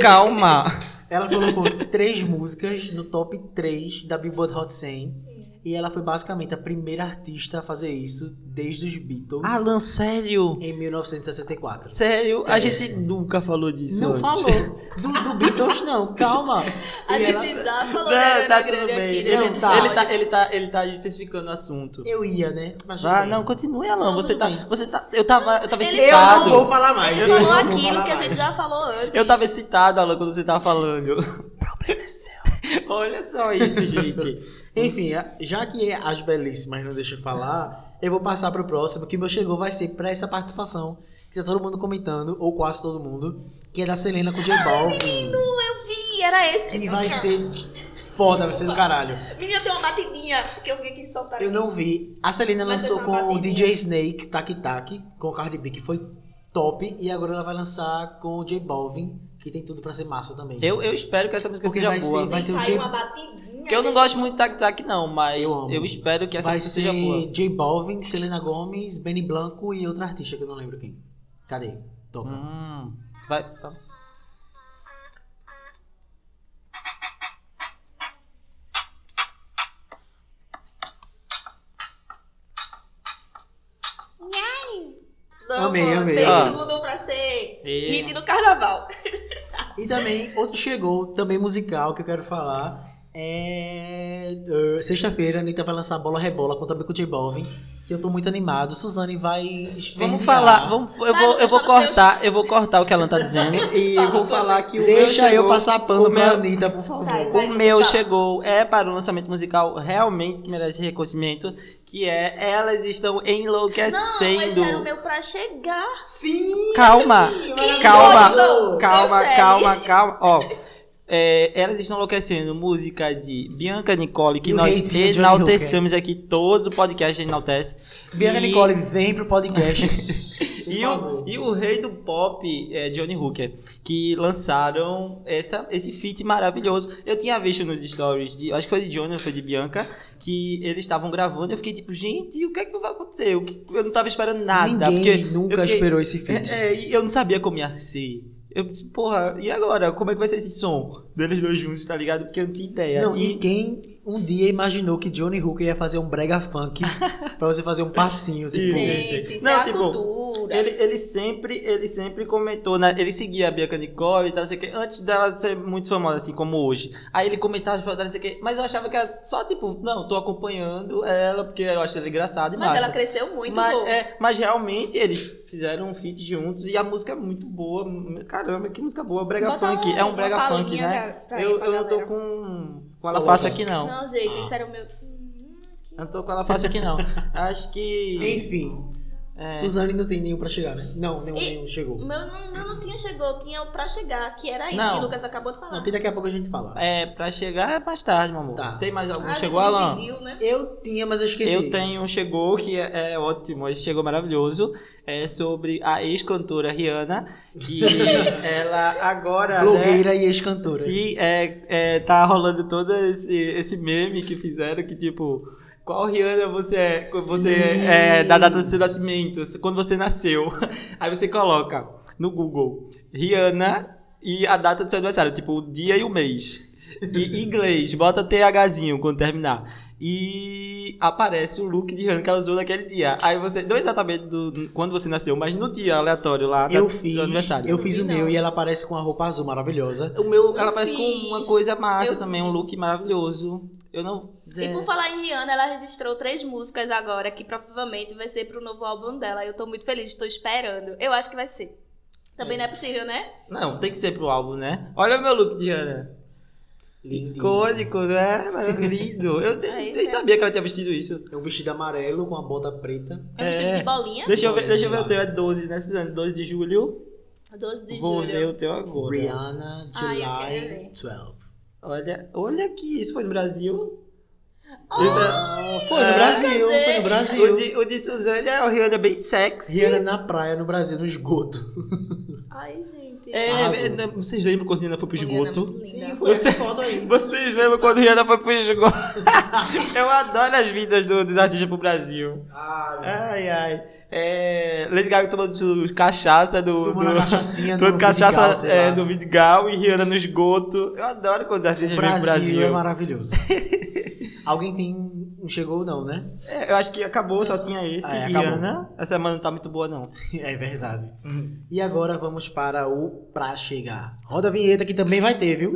S2: calma.
S1: Ela colocou três músicas no top 3 da Billboard Hot 100. E ela foi basicamente a primeira artista a fazer isso desde os Beatles
S2: Alan, sério?
S1: em 1964.
S2: Sério? A
S1: Sério.
S2: gente nunca falou disso.
S1: Não
S2: antes.
S1: falou do, do Beatles, não, calma.
S3: A
S1: E
S3: gente já falou
S2: Não,
S3: da
S2: tá
S3: Ariana
S2: tudo
S3: Grande
S2: bem.
S3: aqui, né,
S1: Não,
S3: gente?
S1: tá.
S2: Ele, tá, ele, tá, ele tá especificando o assunto.
S1: Eu ia, né? Mas
S2: Ah,
S1: tudo
S2: não,
S1: bem.
S2: continue, Alan.
S1: Não,
S2: você
S1: tudo
S2: tá.
S1: bem.
S2: Você tá. Eu tava. Eu tava
S3: Ele- é um
S1: Eu não
S2: excitado.
S1: vou falar mais.
S3: Ele falou
S1: eu não vou
S3: aquilo
S1: falar
S3: que a gente
S1: mais.
S3: já falou antes.
S2: Eu tava excitado, Alan, quando você tava falando. O problema é seu. Olha só isso, gente.
S1: Enfim, a- já que é as belíssimas não deixam falar, eu vou passar pro próximo, que o meu chegou vai ser pra essa participação, que tá todo mundo comentando, ou quase todo mundo, que é da Selena com o J Balvin.
S3: Eu vi, era esse.
S1: E vai ser foda, vai ser do caralho.
S3: Menina, tem uma batidinha que eu vi aqui soltar.
S1: Eu não vi. A Celina
S3: Vai ser
S1: lançou
S3: só
S1: com
S3: uma
S1: o
S3: batidinha.
S1: DJ Snake, Tac Tac, com o Cardi B, que foi top. E agora ela vai lançar com o J Balvin, que tem tudo pra ser massa também.
S2: Eu, eu espero que essa música
S1: Porque
S2: seja
S1: vai
S2: boa. né?
S1: ser- vai ser o
S3: Saiu
S1: J-
S3: uma batidinha.
S2: Porque eu não
S3: deixa-
S2: gosto muito de Tac Tac, não, mas
S1: Eu
S2: eu,
S1: amo.
S2: espero que essa
S1: vai
S2: música
S1: ser
S2: seja boa.
S1: J Balvin, Selena Gomes, Benny Blanco e outra artista que eu não lembro quem. Cadê? Toca.
S2: Hum, vai. tá.
S3: Não,
S1: Amei,
S3: mano,
S1: amei.
S3: Tem
S2: Ah.
S3: tudo pra ser
S2: É.
S3: hit no carnaval.
S1: E também, outro chegou, também musical, que eu quero é, falar. É. eh, Sexta-feira, a Anitta vai lançar Bola Rebola com, também com o J Balvin. que eu tô muito animado. Suzane vai.
S2: Vamos
S1: esverdear.
S2: falar, vamos, eu,
S3: Vai,
S2: vou, eu
S3: Lucas,
S2: vou
S3: fala os
S2: cortar, eu vou cortar o que ela tá dizendo e
S3: Fala,
S2: vou
S3: Lucas.
S2: falar que o meu
S1: Deixa eu
S2: chegou-
S1: passar pano
S2: o
S1: pra
S2: meu-
S1: Anitta, por favor.
S3: Sai, vai.
S2: O meu
S3: fala.
S2: chegou é para um lançamento musical realmente que merece reconhecimento, que é Elas estão
S3: Não, mas um
S2: enlouquecendo.
S3: era o meu pra chegar.
S1: Sim!
S2: Calma,
S1: maravilhoso!
S2: calma, calma,
S3: Consegue.
S2: calma, calma. Ó, é, elas estão enlouquecendo música de Bianca Nicole, que
S1: E o
S2: nós
S1: hatezinho de Johnny
S2: enaltecemos aqui todo o podcast enaltece.
S1: Bianca
S2: E-
S1: Nicole, vem pro podcast. Por
S2: E o,
S1: favor.
S2: e o rei do pop é Johnny Hooker, que lançaram essa, esse feat maravilhoso. Eu tinha visto nos stories, de, acho que foi de Johnny ou foi de Bianca, que eles estavam gravando. Eu fiquei tipo, gente, o que é que vai acontecer? O que- Eu não tava esperando nada.
S1: Ninguém
S2: porque
S1: nunca
S2: eu fiquei-
S1: esperou esse feat.
S2: É, é, e eu não sabia como ia ser. Eu disse, porra, e agora? Como é que vai ser esse som deles dois juntos, tá ligado? Porque eu não tinha ideia.
S1: Não, e
S2: e,
S1: quem um dia imaginou que Johnny Hooker ia fazer um brega funk pra você fazer um passinho?
S2: Sim.
S1: tipo,
S2: Gente,
S3: Gente, isso
S2: não,
S3: é a
S2: tipo,
S3: cultura.
S2: ele, ele sempre, ele sempre comentou, né? Ele seguia a Bianca Nicole e tal, não sei o quê, antes dela ser muito famosa, assim como hoje. Aí ele comentava, falava, não sei o quê, mas eu achava que era só, tipo, não, tô acompanhando ela, porque eu acho ela engraçada e
S3: Mas
S2: massa.
S3: ela cresceu muito,
S2: mas,
S3: pô.
S2: é, mas realmente eles fizeram um feat juntos e a música é muito boa. Caramba, que música boa. Brega
S3: Bota
S2: funk.
S3: um-
S2: é um brega
S3: uma
S2: funk,
S3: palhinha
S2: né?
S3: pra- pra-
S2: eu
S3: pra
S2: eu não tô
S3: galera.
S2: com, com Ah. ela
S1: Poxa.
S2: fácil aqui, não.
S3: Não, gente, isso era o meu. Hum,
S2: Eu não tô com ela fácil aqui, não. Acho que.
S1: Enfim,
S2: é,
S1: Suzane não tem nenhum pra chegar, né? Não, nenhum,
S3: E-
S1: nenhum chegou.
S3: Meu não, meu não tinha chegou, tinha o pra chegar, que era isso
S2: Não.
S3: que o Lucas acabou de falar.
S1: Não, que daqui a pouco a gente fala.
S2: É, pra chegar é mais tarde, meu amor.
S1: Tá.
S2: Tem mais algum?
S3: Ah,
S2: chegou,
S3: a gente
S2: Alan?
S3: dividiu, né?
S1: Eu tinha, mas eu esqueci.
S2: Eu tenho um chegou que é, é ótimo, esse chegou maravilhoso. É sobre a ex-cantora Rihanna, que ela agora. né,
S1: Blogueira e ex-cantora.
S2: Sim, é, é, tá rolando todo esse, esse meme que fizeram que, tipo, qual Rihanna você é? Qu- Você
S1: Sim.
S2: é da data do seu nascimento, quando você nasceu. Aí você coloca no Google Rihanna e a data do seu aniversário, tipo, o dia e o mês. E em inglês, bota THzinho quando terminar. E aparece o look de Rihanna que ela usou naquele dia. Aí você, não exatamente do, quando você nasceu, mas no dia aleatório lá da-
S1: Eu
S2: do
S1: fiz,
S2: seu aniversário.
S1: eu fiz o
S3: Não.
S1: meu e ela aparece com a roupa azul maravilhosa.
S2: O meu,
S3: Eu
S2: ela parece
S3: fiz.
S2: com uma coisa massa
S3: Eu
S2: também, um look maravilhoso. Eu não. é,
S3: E por falar em Rihanna, ela registrou três músicas agora, que provavelmente vai ser pro novo álbum dela. Eu tô muito feliz, estou esperando. Eu acho que vai ser. Também não é possível, né?
S2: Não, tem que ser pro álbum, né? Olha o meu look de Rihanna.
S1: Lindíssima.
S2: Icônico, né? Lindo. Eu nem,
S3: É, isso
S2: nem
S3: é.
S2: sabia que ela tinha vestido isso.
S1: É um vestido amarelo com a bota preta.
S3: É um vestido
S2: É.
S3: de bolinha.
S2: Deixa eu ver, deixa eu ver o teu. É 12, né, Suzane? 12 de julho.
S3: 12 de
S2: Vou ver
S3: julho.
S2: o teu agora.
S1: Rihanna,
S3: Ai, eu
S1: July
S3: quero ver.
S1: 12.
S2: Olha, olha aqui, isso foi no Brasil.
S3: Oh!
S1: Ah, foi no
S2: É.
S1: Brasil, foi
S3: Cadê?
S1: no
S2: O
S1: Brasil.
S2: de, o de Suzane é o Rihanna bem sexy.
S1: Rihanna na praia, no Brasil, no esgoto.
S3: Ai, gente.
S2: É,
S1: Arrasou.
S2: é, né, vocês lembram quando Rihanna foi pro
S3: Rihanna é muito
S2: esgoto?
S3: linda.
S2: Você-
S1: foto aí.
S2: Vocês lembram quando Rihanna foi pro esgoto? Eu adoro as vidas do- dos artistas pro Brasil. Ai, ai. É, Lady Gaga tomando su- cachaça do...
S1: Tomando a
S2: do-
S1: cachacinha
S2: tomando
S1: no Vidigal,
S2: cachaça
S1: sei
S2: é,
S1: lá.
S2: do Vidigal e Rihanna no esgoto. Eu adoro quando os artistas
S1: O
S2: vêm pro
S1: Brasil, é
S2: Brasil.
S1: maravilhoso. Alguém tem. Não chegou, não, né?
S2: É, eu acho que acabou, só tinha esse.
S1: É, acabou.
S2: Rihanna. Essa semana não tá muito boa, não.
S1: É verdade. E agora vamos para o Pra Chegar. Roda a vinheta que também vai ter, viu?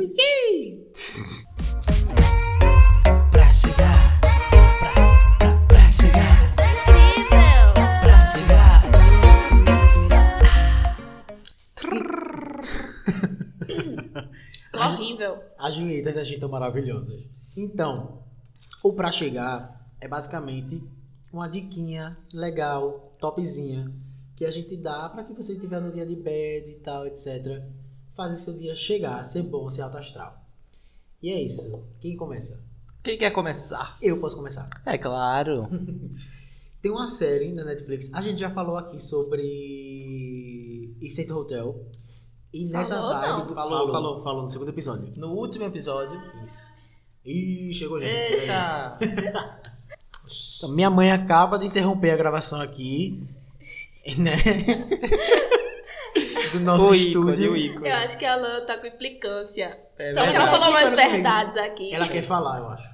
S1: pra chegar, pra, pra, pra chegar,
S3: Incrível!
S1: pra chegar.
S3: Horrível.
S1: As vinhetas da gente estão maravilhosas. Então, o Pra Chegar é basicamente uma diquinha legal, topzinha, que a gente dá pra que você estiver no dia de bed e tal, etc. Fazer seu dia chegar, ser bom, ser alto astral. E é isso. Quem começa?
S2: Quem quer começar?
S1: Eu posso começar.
S2: É claro.
S1: Tem uma série na Netflix, a gente já falou aqui sobre Instant Hotel. E nessa
S3: Falou,
S1: vibe
S3: não.
S1: do...
S2: Falou, falou.
S1: Falou no segundo episódio.
S2: No último episódio...
S1: Isso. Ih, chegou gente.
S2: Eita!
S1: Então, minha mãe acaba de interromper a gravação aqui, né? Do nosso
S2: o ícone,
S1: estúdio.
S2: o ícone.
S3: Eu acho que a Alan tá com implicância.
S2: É
S3: Só que ela
S2: verdade.
S3: falou umas
S1: Implicando comigo.
S3: verdades aqui.
S1: Ela quer falar, eu acho.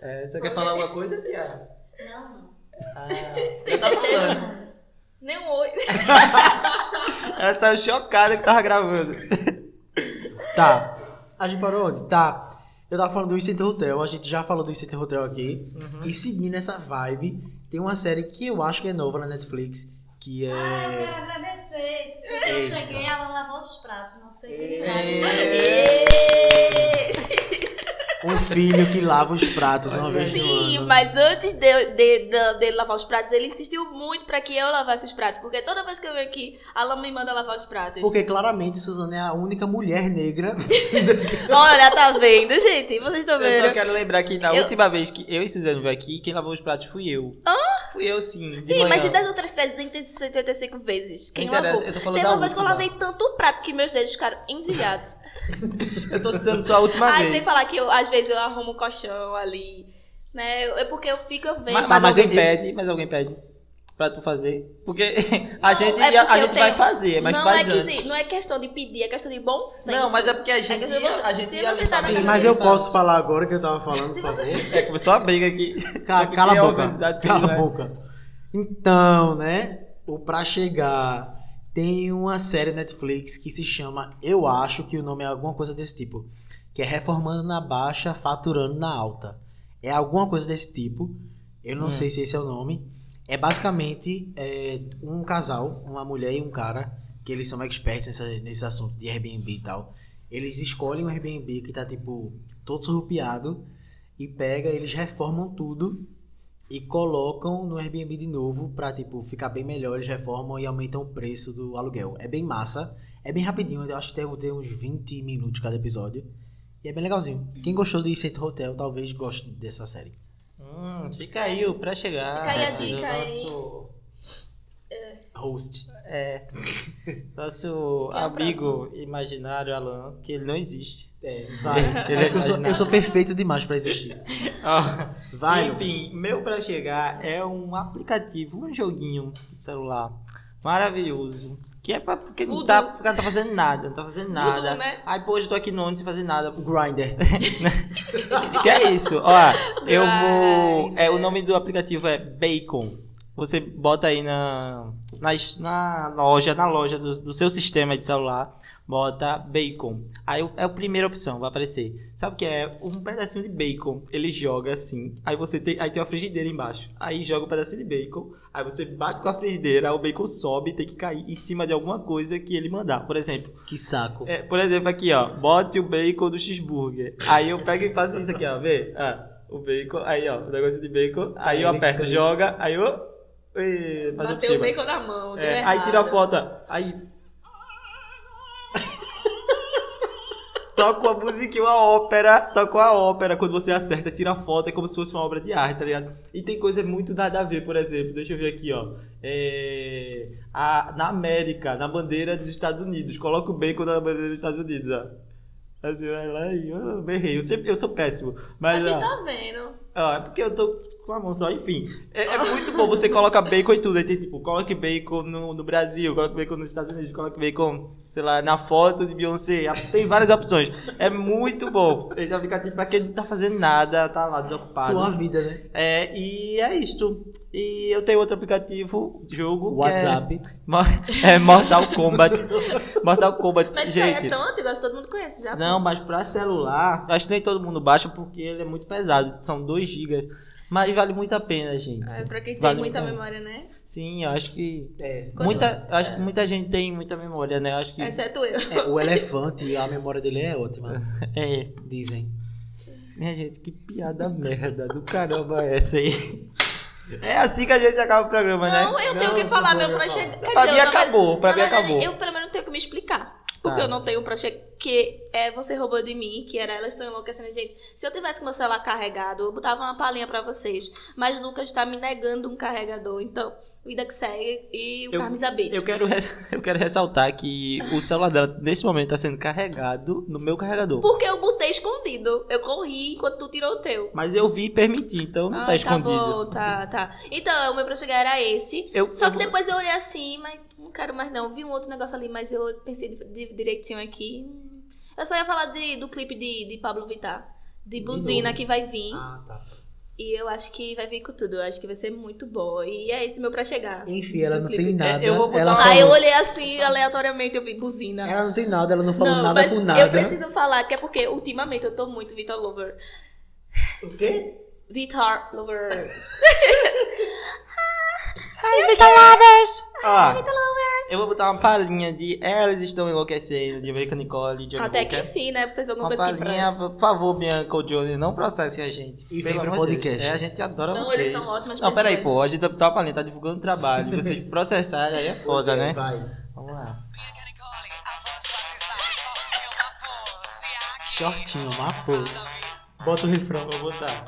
S2: É, você quer falar alguma coisa, Tiara?
S5: Não, não.
S2: Ah, eu tava falando.
S3: Nem um oi.
S2: Ela saiu chocada que tava gravando.
S1: Tá. A gente parou onde?
S2: Uhum.
S1: Tá. Eu tava falando do Instant Hotel, a gente já falou do Instant Hotel aqui. E seguindo essa vibe, Tem uma série que eu acho que é nova na Netflix, que
S5: Ah, eu
S1: é.
S5: quero agradecer. Eu
S1: Eita.
S5: cheguei, ela lavou os pratos, não sei quem
S1: É. Um filho que lava os pratos uma vez no
S3: Sim,
S1: ano.
S3: mas antes de, de, de- dele lavar os pratos, ele insistiu muito pra que eu lavasse os pratos. Porque toda vez que eu venho aqui, Alan me manda lavar os pratos.
S1: Porque claramente Suzana é a única mulher negra.
S3: Olha, tá vendo, gente? Vocês estão
S2: Eu só
S3: vendo?
S2: quero lembrar que na
S3: Eu-
S2: última vez que eu e Suzano veio aqui, quem lavou os pratos fui eu. Fui eu sim. de
S3: Sim, mas e
S2: manhã.
S3: das outras 385 vezes? Quem
S2: Não interessa,
S3: lavou?
S2: eu tô falando
S3: Teve
S2: da
S3: uma vez que eu
S2: última.
S3: lavei tanto prato que meus dedos ficaram endigados.
S2: Eu tô citando só a última
S3: Ai,
S2: vez.
S3: sem falar que eu, às vezes eu arrumo o colchão ali. Né? Eu- É porque eu fico, eu vejo.
S2: Mas, mas
S1: Mas
S2: alguém
S1: eu-
S2: pede, mas alguém pede pra tu fazer. Porque a gente,
S3: é
S2: ia- a
S3: porque eu
S2: gente vai
S3: tenho-
S2: fazer, mas
S3: não,
S2: faz
S3: é que
S2: antes.
S3: se- não é questão de pedir, é questão de bom senso.
S2: Não, mas é porque a gente,
S3: se você-
S2: ia- a gente
S3: se
S2: ia
S3: você
S2: limpar
S3: tá na
S2: bem
S1: Sim,
S3: Sim,
S1: mas
S2: os
S1: eu
S2: pratos.
S1: posso falar agora que eu tava falando, por favor.
S2: É, começou a briga aqui.
S1: Ca-
S2: Só que
S1: cala
S2: quem
S1: a boca.
S2: é organizado, quem
S1: Cala
S2: não
S1: a
S2: é.
S1: boca. Então, né? O Pra Chegar tem uma série Netflix que se chama Eu Acho que o nome é alguma coisa desse tipo. Que é Reformando na Baixa, Faturando na Alta. É alguma coisa desse tipo. Eu não
S2: Hum.
S1: sei se esse é o nome. É basicamente é, um casal, uma mulher e um cara, que eles são experts nessa- nesse assunto de Airbnb e tal. Eles escolhem um Airbnb que tá, tipo, todo surrupiado e pega, eles reformam tudo e colocam no Airbnb de novo pra, tipo, ficar bem melhor. Eles reformam e aumentam o preço do aluguel. É bem massa. É bem rapidinho, eu acho que tem, tem uns 20 minutos cada episódio. E é bem legalzinho. Quem gostou de State Hotel talvez goste dessa série.
S2: Hum, fica aí o pra chegar.
S5: Fica aí a
S2: do
S5: dica aí.
S2: nosso,
S1: Host.
S2: É. Nosso
S5: Quem é o
S2: amigo imaginário Alan, que ele não existe.
S1: É, vai.
S2: Ele é
S1: É que eu, sou,
S2: imaginário.
S1: eu sou perfeito demais pra existir. Ah.
S2: Tá,
S1: Vai, Lucas.
S2: Enfim, meu pra chegar é um aplicativo, um joguinho de celular maravilhoso. Que é pra porque não
S3: Voodoo.
S2: tá, porque não tá fazendo nada, não tá fazendo nada.
S3: Voodoo, né?
S2: Aí, pô, hoje eu tô aqui no ônibus sem fazer nada.
S1: Grinder.
S2: Que é isso? Ó, eu vou. É, o nome do aplicativo é Bacon. Você bota aí na, na, na loja, na loja do, do seu sistema de celular, bota bacon. Aí o- é a primeira opção, vai aparecer. Sabe o que é? Um pedacinho de bacon. Ele joga assim. Aí você tem. Aí tem uma frigideira embaixo. Aí joga um pedacinho de bacon. Aí você bate com a frigideira, aí o bacon sobe e tem que cair em cima de alguma coisa que ele mandar. Por exemplo.
S1: Que saco.
S2: É, por exemplo, aqui, ó. Bote o bacon do cheeseburger. Aí eu pego e faço isso aqui, ó. Vê? Ah, o bacon. Aí, ó. O negócio de bacon. Aí eu
S1: Ele
S2: aperto,
S1: tem.
S2: joga. Aí eu... Ih, Faz o
S3: Bateu o
S2: possível.
S3: bacon na mão.
S2: É,
S3: deu
S2: aí tira a
S3: errado.
S2: foto. ó. Aí... Toca uma musiquinha, uma ópera, toca uma ópera. Quando você acerta, tira a foto, é como se fosse uma obra de arte, tá ligado? E tem coisa muito nada a ver, por exemplo, deixa eu ver aqui, ó. É, a- na América, na bandeira dos Estados Unidos, coloca o bacon na bandeira dos Estados Unidos, ó. Assim, vai lá e eu berrei. Eu, sempre, eu sou péssimo.
S3: A
S2: Mas, ó,
S3: gente tá vendo.
S2: ah, é porque eu tô com a mão só, enfim. É, é muito bom, você coloca bacon em tudo. Aí tem tipo, coloque bacon no, no Brasil, coloque bacon nos Estados Unidos, coloque bacon, sei lá, na foto de Beyoncé. Ah, Tem várias opções. É muito bom. Esse aplicativo pra quem não tá fazendo nada, tá lá desocupado.
S1: Tua vida, né?
S2: É, e é isto. E eu tenho outro aplicativo, jogo. que
S1: WhatsApp.
S2: É, Mo- é Mortal Kombat. Mortal Kombat,
S3: Mas isso aí
S2: gente.
S3: é tão antigo, acho que todo mundo conhece já.
S2: Não, mas pra celular, acho que nem todo mundo baixa porque ele é muito pesado, são 2 GB. Mas vale muito a pena, gente.
S3: É, pra quem tem
S2: Vale
S3: muita
S2: muito.
S3: memória, né?
S2: Sim, eu acho que.
S1: É.
S3: Quando-
S2: Muita, eu acho que muita gente tem muita memória, né? Eu acho que.
S3: Exceto eu.
S1: É, O elefante, a memória dele é ótima.
S2: É.
S1: Dizem.
S2: Minha gente, que piada merda do caramba é essa aí. É assim que a gente acaba o programa,
S5: Não,
S2: né?
S5: eu
S1: Não, é
S5: tenho que
S1: Suzana,
S5: falar meu
S1: eu
S5: pra
S1: falo.
S5: chegar.
S2: Pra mim acabou, pra mim acabou.
S3: Eu pelo menos tenho que me explicar. Porque
S2: Tá.
S3: eu não tenho pra chegar. Que é você roubou de mim, que era elas estão enlouquecendo. Gente, se eu tivesse com meu celular carregado, eu botava uma palhinha pra vocês. Mas o Lucas tá me negando um carregador. Então, vida que segue e o
S2: Eu-
S3: Carmes Abete.
S2: Eu quero, res- eu quero ressaltar que o celular dela, nesse momento, tá sendo carregado no meu carregador.
S3: Porque eu botei escondido. Eu corri enquanto tu tirou o teu.
S2: Mas eu vi e permiti, então não
S3: Ah,
S2: tá escondido.
S3: Tá bom, tá, tá. Então, o meu pra chegar era esse.
S2: Eu-
S3: Só
S2: eu
S3: que
S1: Uhum.
S2: vou-
S3: depois eu olhei assim, mas não quero mais não. Vi um outro negócio ali, mas eu pensei di- di- direitinho aqui. Hum. Eu só ia falar de- do clipe de, de Pablo Vittar. De buzina
S1: novo.
S3: que vai vir.
S1: Ah, tá.
S3: E eu acho que vai vir com tudo. Eu acho que vai ser muito bom. E é esse meu pra chegar.
S1: Enfim, ela não
S2: Clipe.
S1: tem
S2: É,
S1: nada.
S2: eu vou botar
S1: ela,
S2: uma-
S1: falou-
S3: Aí eu olhei assim, aleatoriamente, eu vi buzina.
S1: ela não tem nada, ela não falou
S3: não,
S1: nada
S3: mas
S1: com
S3: eu
S1: nada.
S3: preciso falar, que é porque ultimamente eu tô muito Vitor Lover.
S1: O quê?
S3: Vitor Lover.
S6: Lovers!
S2: Ah, eu vou botar uma palhinha de Elas Estão Enlouquecendo, de Bianca Nicole e Johnny
S3: Até que
S2: Walker.
S3: enfim, né? Fez alguma
S2: Uma
S3: coisa que
S2: palhinha,
S3: presta.
S2: por favor, Bianca ou Johnny, não processem a gente.
S1: E vem
S2: pelo
S1: pro
S2: amor de
S1: podcast.
S2: Deus. É, a gente adora
S3: Não, eles
S2: vocês.
S3: são ótimas
S2: Não, peraí,
S3: pessoas.
S2: pô, a gente tá- tá uma palhinha, tá divulgando o trabalho. Vocês processarem aí é foda, né?
S1: Vai.
S2: Vamos lá.
S1: Shortinho, mapo. Bota o refrão.
S2: Vou botar.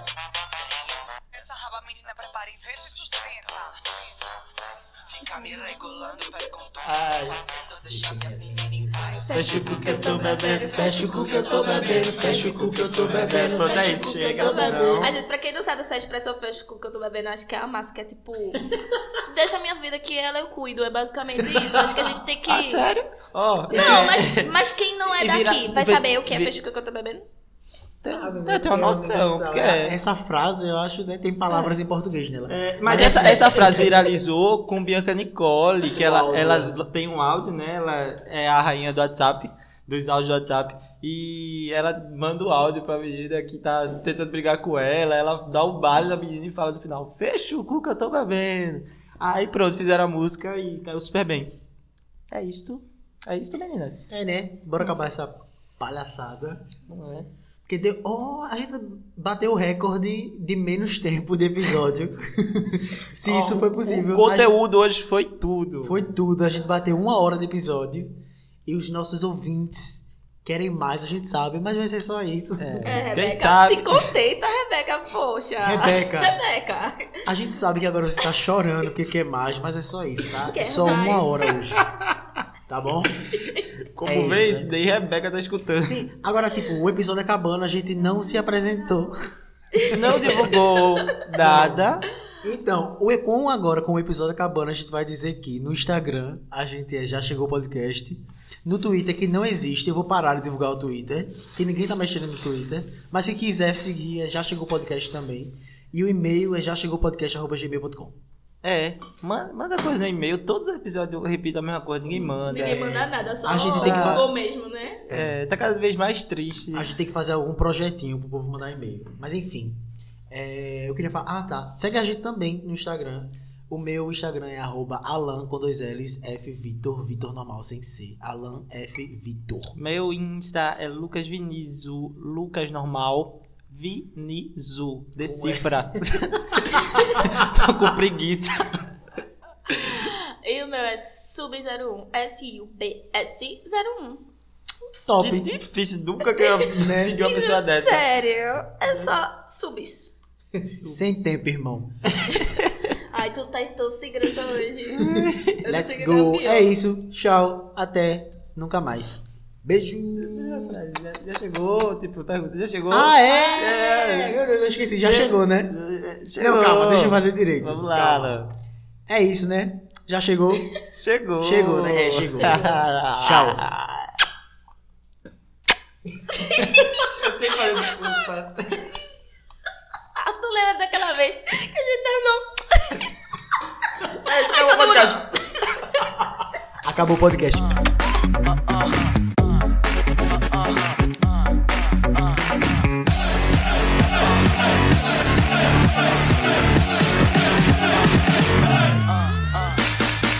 S7: Essa raba menina prepara e vê se sustenta. Fica me regulando, perguntando.
S2: Ai.
S7: Deixa minhas meninas em paz.
S2: Fecha o cu que eu tô bebendo,
S1: Fecha o cu que eu tô bebendo, fecha o cu que eu tô bebendo.
S2: Pronto, é isso, chega.
S3: Tô bebendo.
S2: Não.
S3: Ai, gente, pra quem não sabe essa expressão fecha com que eu tô bebendo, acho que é a massa, que é tipo. Deixa a minha vida que ela eu cuido. É basicamente isso. Acho que a gente tem que.
S2: Ah, sério? Ó,
S3: Não, mas, mas quem não é
S2: E vira-
S3: daqui vai
S2: vi-
S3: saber o que é
S2: vi-
S3: fecha com que eu tô bebendo?
S1: Sabe,
S2: Eu tenho uma noção,
S1: Essa,
S2: porque é.
S1: essa frase, eu acho, né, tem palavras em português nela.
S2: É, mas essa, essa frase viralizou com Bianca Nicole, que ela,
S1: Áudio,
S2: ela tem um áudio, né? Ela é a rainha do WhatsApp, dos áudios do WhatsApp. E ela manda o áudio pra menina que tá tentando brigar com ela. Ela dá o baile na menina e fala no final: Fecha o cu que eu tô bebendo. Aí pronto, fizeram a música e caiu super bem. É isto. É isto, meninas.
S1: É, né? Bora acabar essa palhaçada.
S2: Não é?
S1: Porque deu. Oh, a gente bateu o recorde de menos tempo de episódio. Se
S2: Ó,
S1: isso foi possível.
S2: O
S1: A gente-
S2: conteúdo hoje foi tudo. É.
S1: Foi tudo, a gente bateu uma hora de episódio e os nossos ouvintes querem mais, a gente sabe, mas vai ser só isso.
S2: É,
S3: É,
S2: quem
S3: Rebeca.
S2: sabe?
S3: Se contenta, tá, Rebeca, poxa.
S1: Rebeca,
S3: Rebeca.
S1: a gente sabe que agora você tá chorando porque quer mais, mas é só isso, tá? É
S3: Quer
S1: só
S3: mais.
S1: uma hora hoje. Tá bom?
S2: Como
S1: é
S2: vê
S1: isso,
S2: isso, daí Rebeca tá escutando.
S1: Sim, agora, tipo, o episódio acabando, a gente não se apresentou.
S2: Não divulgou nada.
S1: Então, o Econ agora, com o episódio acabando, a gente vai dizer que no Instagram a gente é já chegou o podcast. No Twitter, que não existe, eu vou parar de divulgar o Twitter, que ninguém tá mexendo no Twitter. Mas se quiser seguir, é já chegou o podcast também. E o e-mail é já chegou podcast.gmail.com.
S2: É, manda, manda coisa no e-mail. Todo episódio eu repito a mesma coisa, ninguém manda.
S3: Ninguém manda nada, só
S1: A gente tem que
S3: Google
S1: fa-
S3: mesmo, né?
S2: É, tá cada vez mais triste.
S1: A gente tem que fazer algum projetinho pro povo mandar e-mail. Mas enfim, é, eu queria falar. Ah, tá. Segue a gente também no Instagram. O meu Instagram é arroba Alan com dois L's F Vitor, Vitor normal sem C. Alan F Vitor.
S2: Meu Insta é Lucas Vinizu, Lucas normal, Vinizu, decifra. Tô com preguiça.
S3: E o meu é sub01, S-U-B-S-01.
S1: Top! Né?
S2: Que difícil, nunca que eu seguir uma pessoa dessa.
S3: Sério? É só subis.
S1: Sem tempo, irmão.
S3: Ai, tu tá em tão segredo hoje. Eu não
S1: Let's
S3: sei
S1: go.
S3: o que
S1: É isso. Tchau. Até. Nunca mais. Beijo.
S2: Já, já chegou, tipo, pergunta, já chegou?
S1: Ah, é? Meu Deus, eu esqueci. Já chegou, né?
S2: Chegou.
S1: Não, calma. Deixa eu fazer direito.
S2: Vamos lá,
S1: Calma.
S2: Alan.
S1: É isso, né? Já chegou.
S2: Chegou.
S1: Chegou, né? É, chegou.
S2: Tchau. Eu tenho que fazer um desculpa.
S3: Ah, tu lembra daquela vez que a gente terminou?
S2: Esse é o podcast.
S1: Acabou o podcast.
S7: Ah,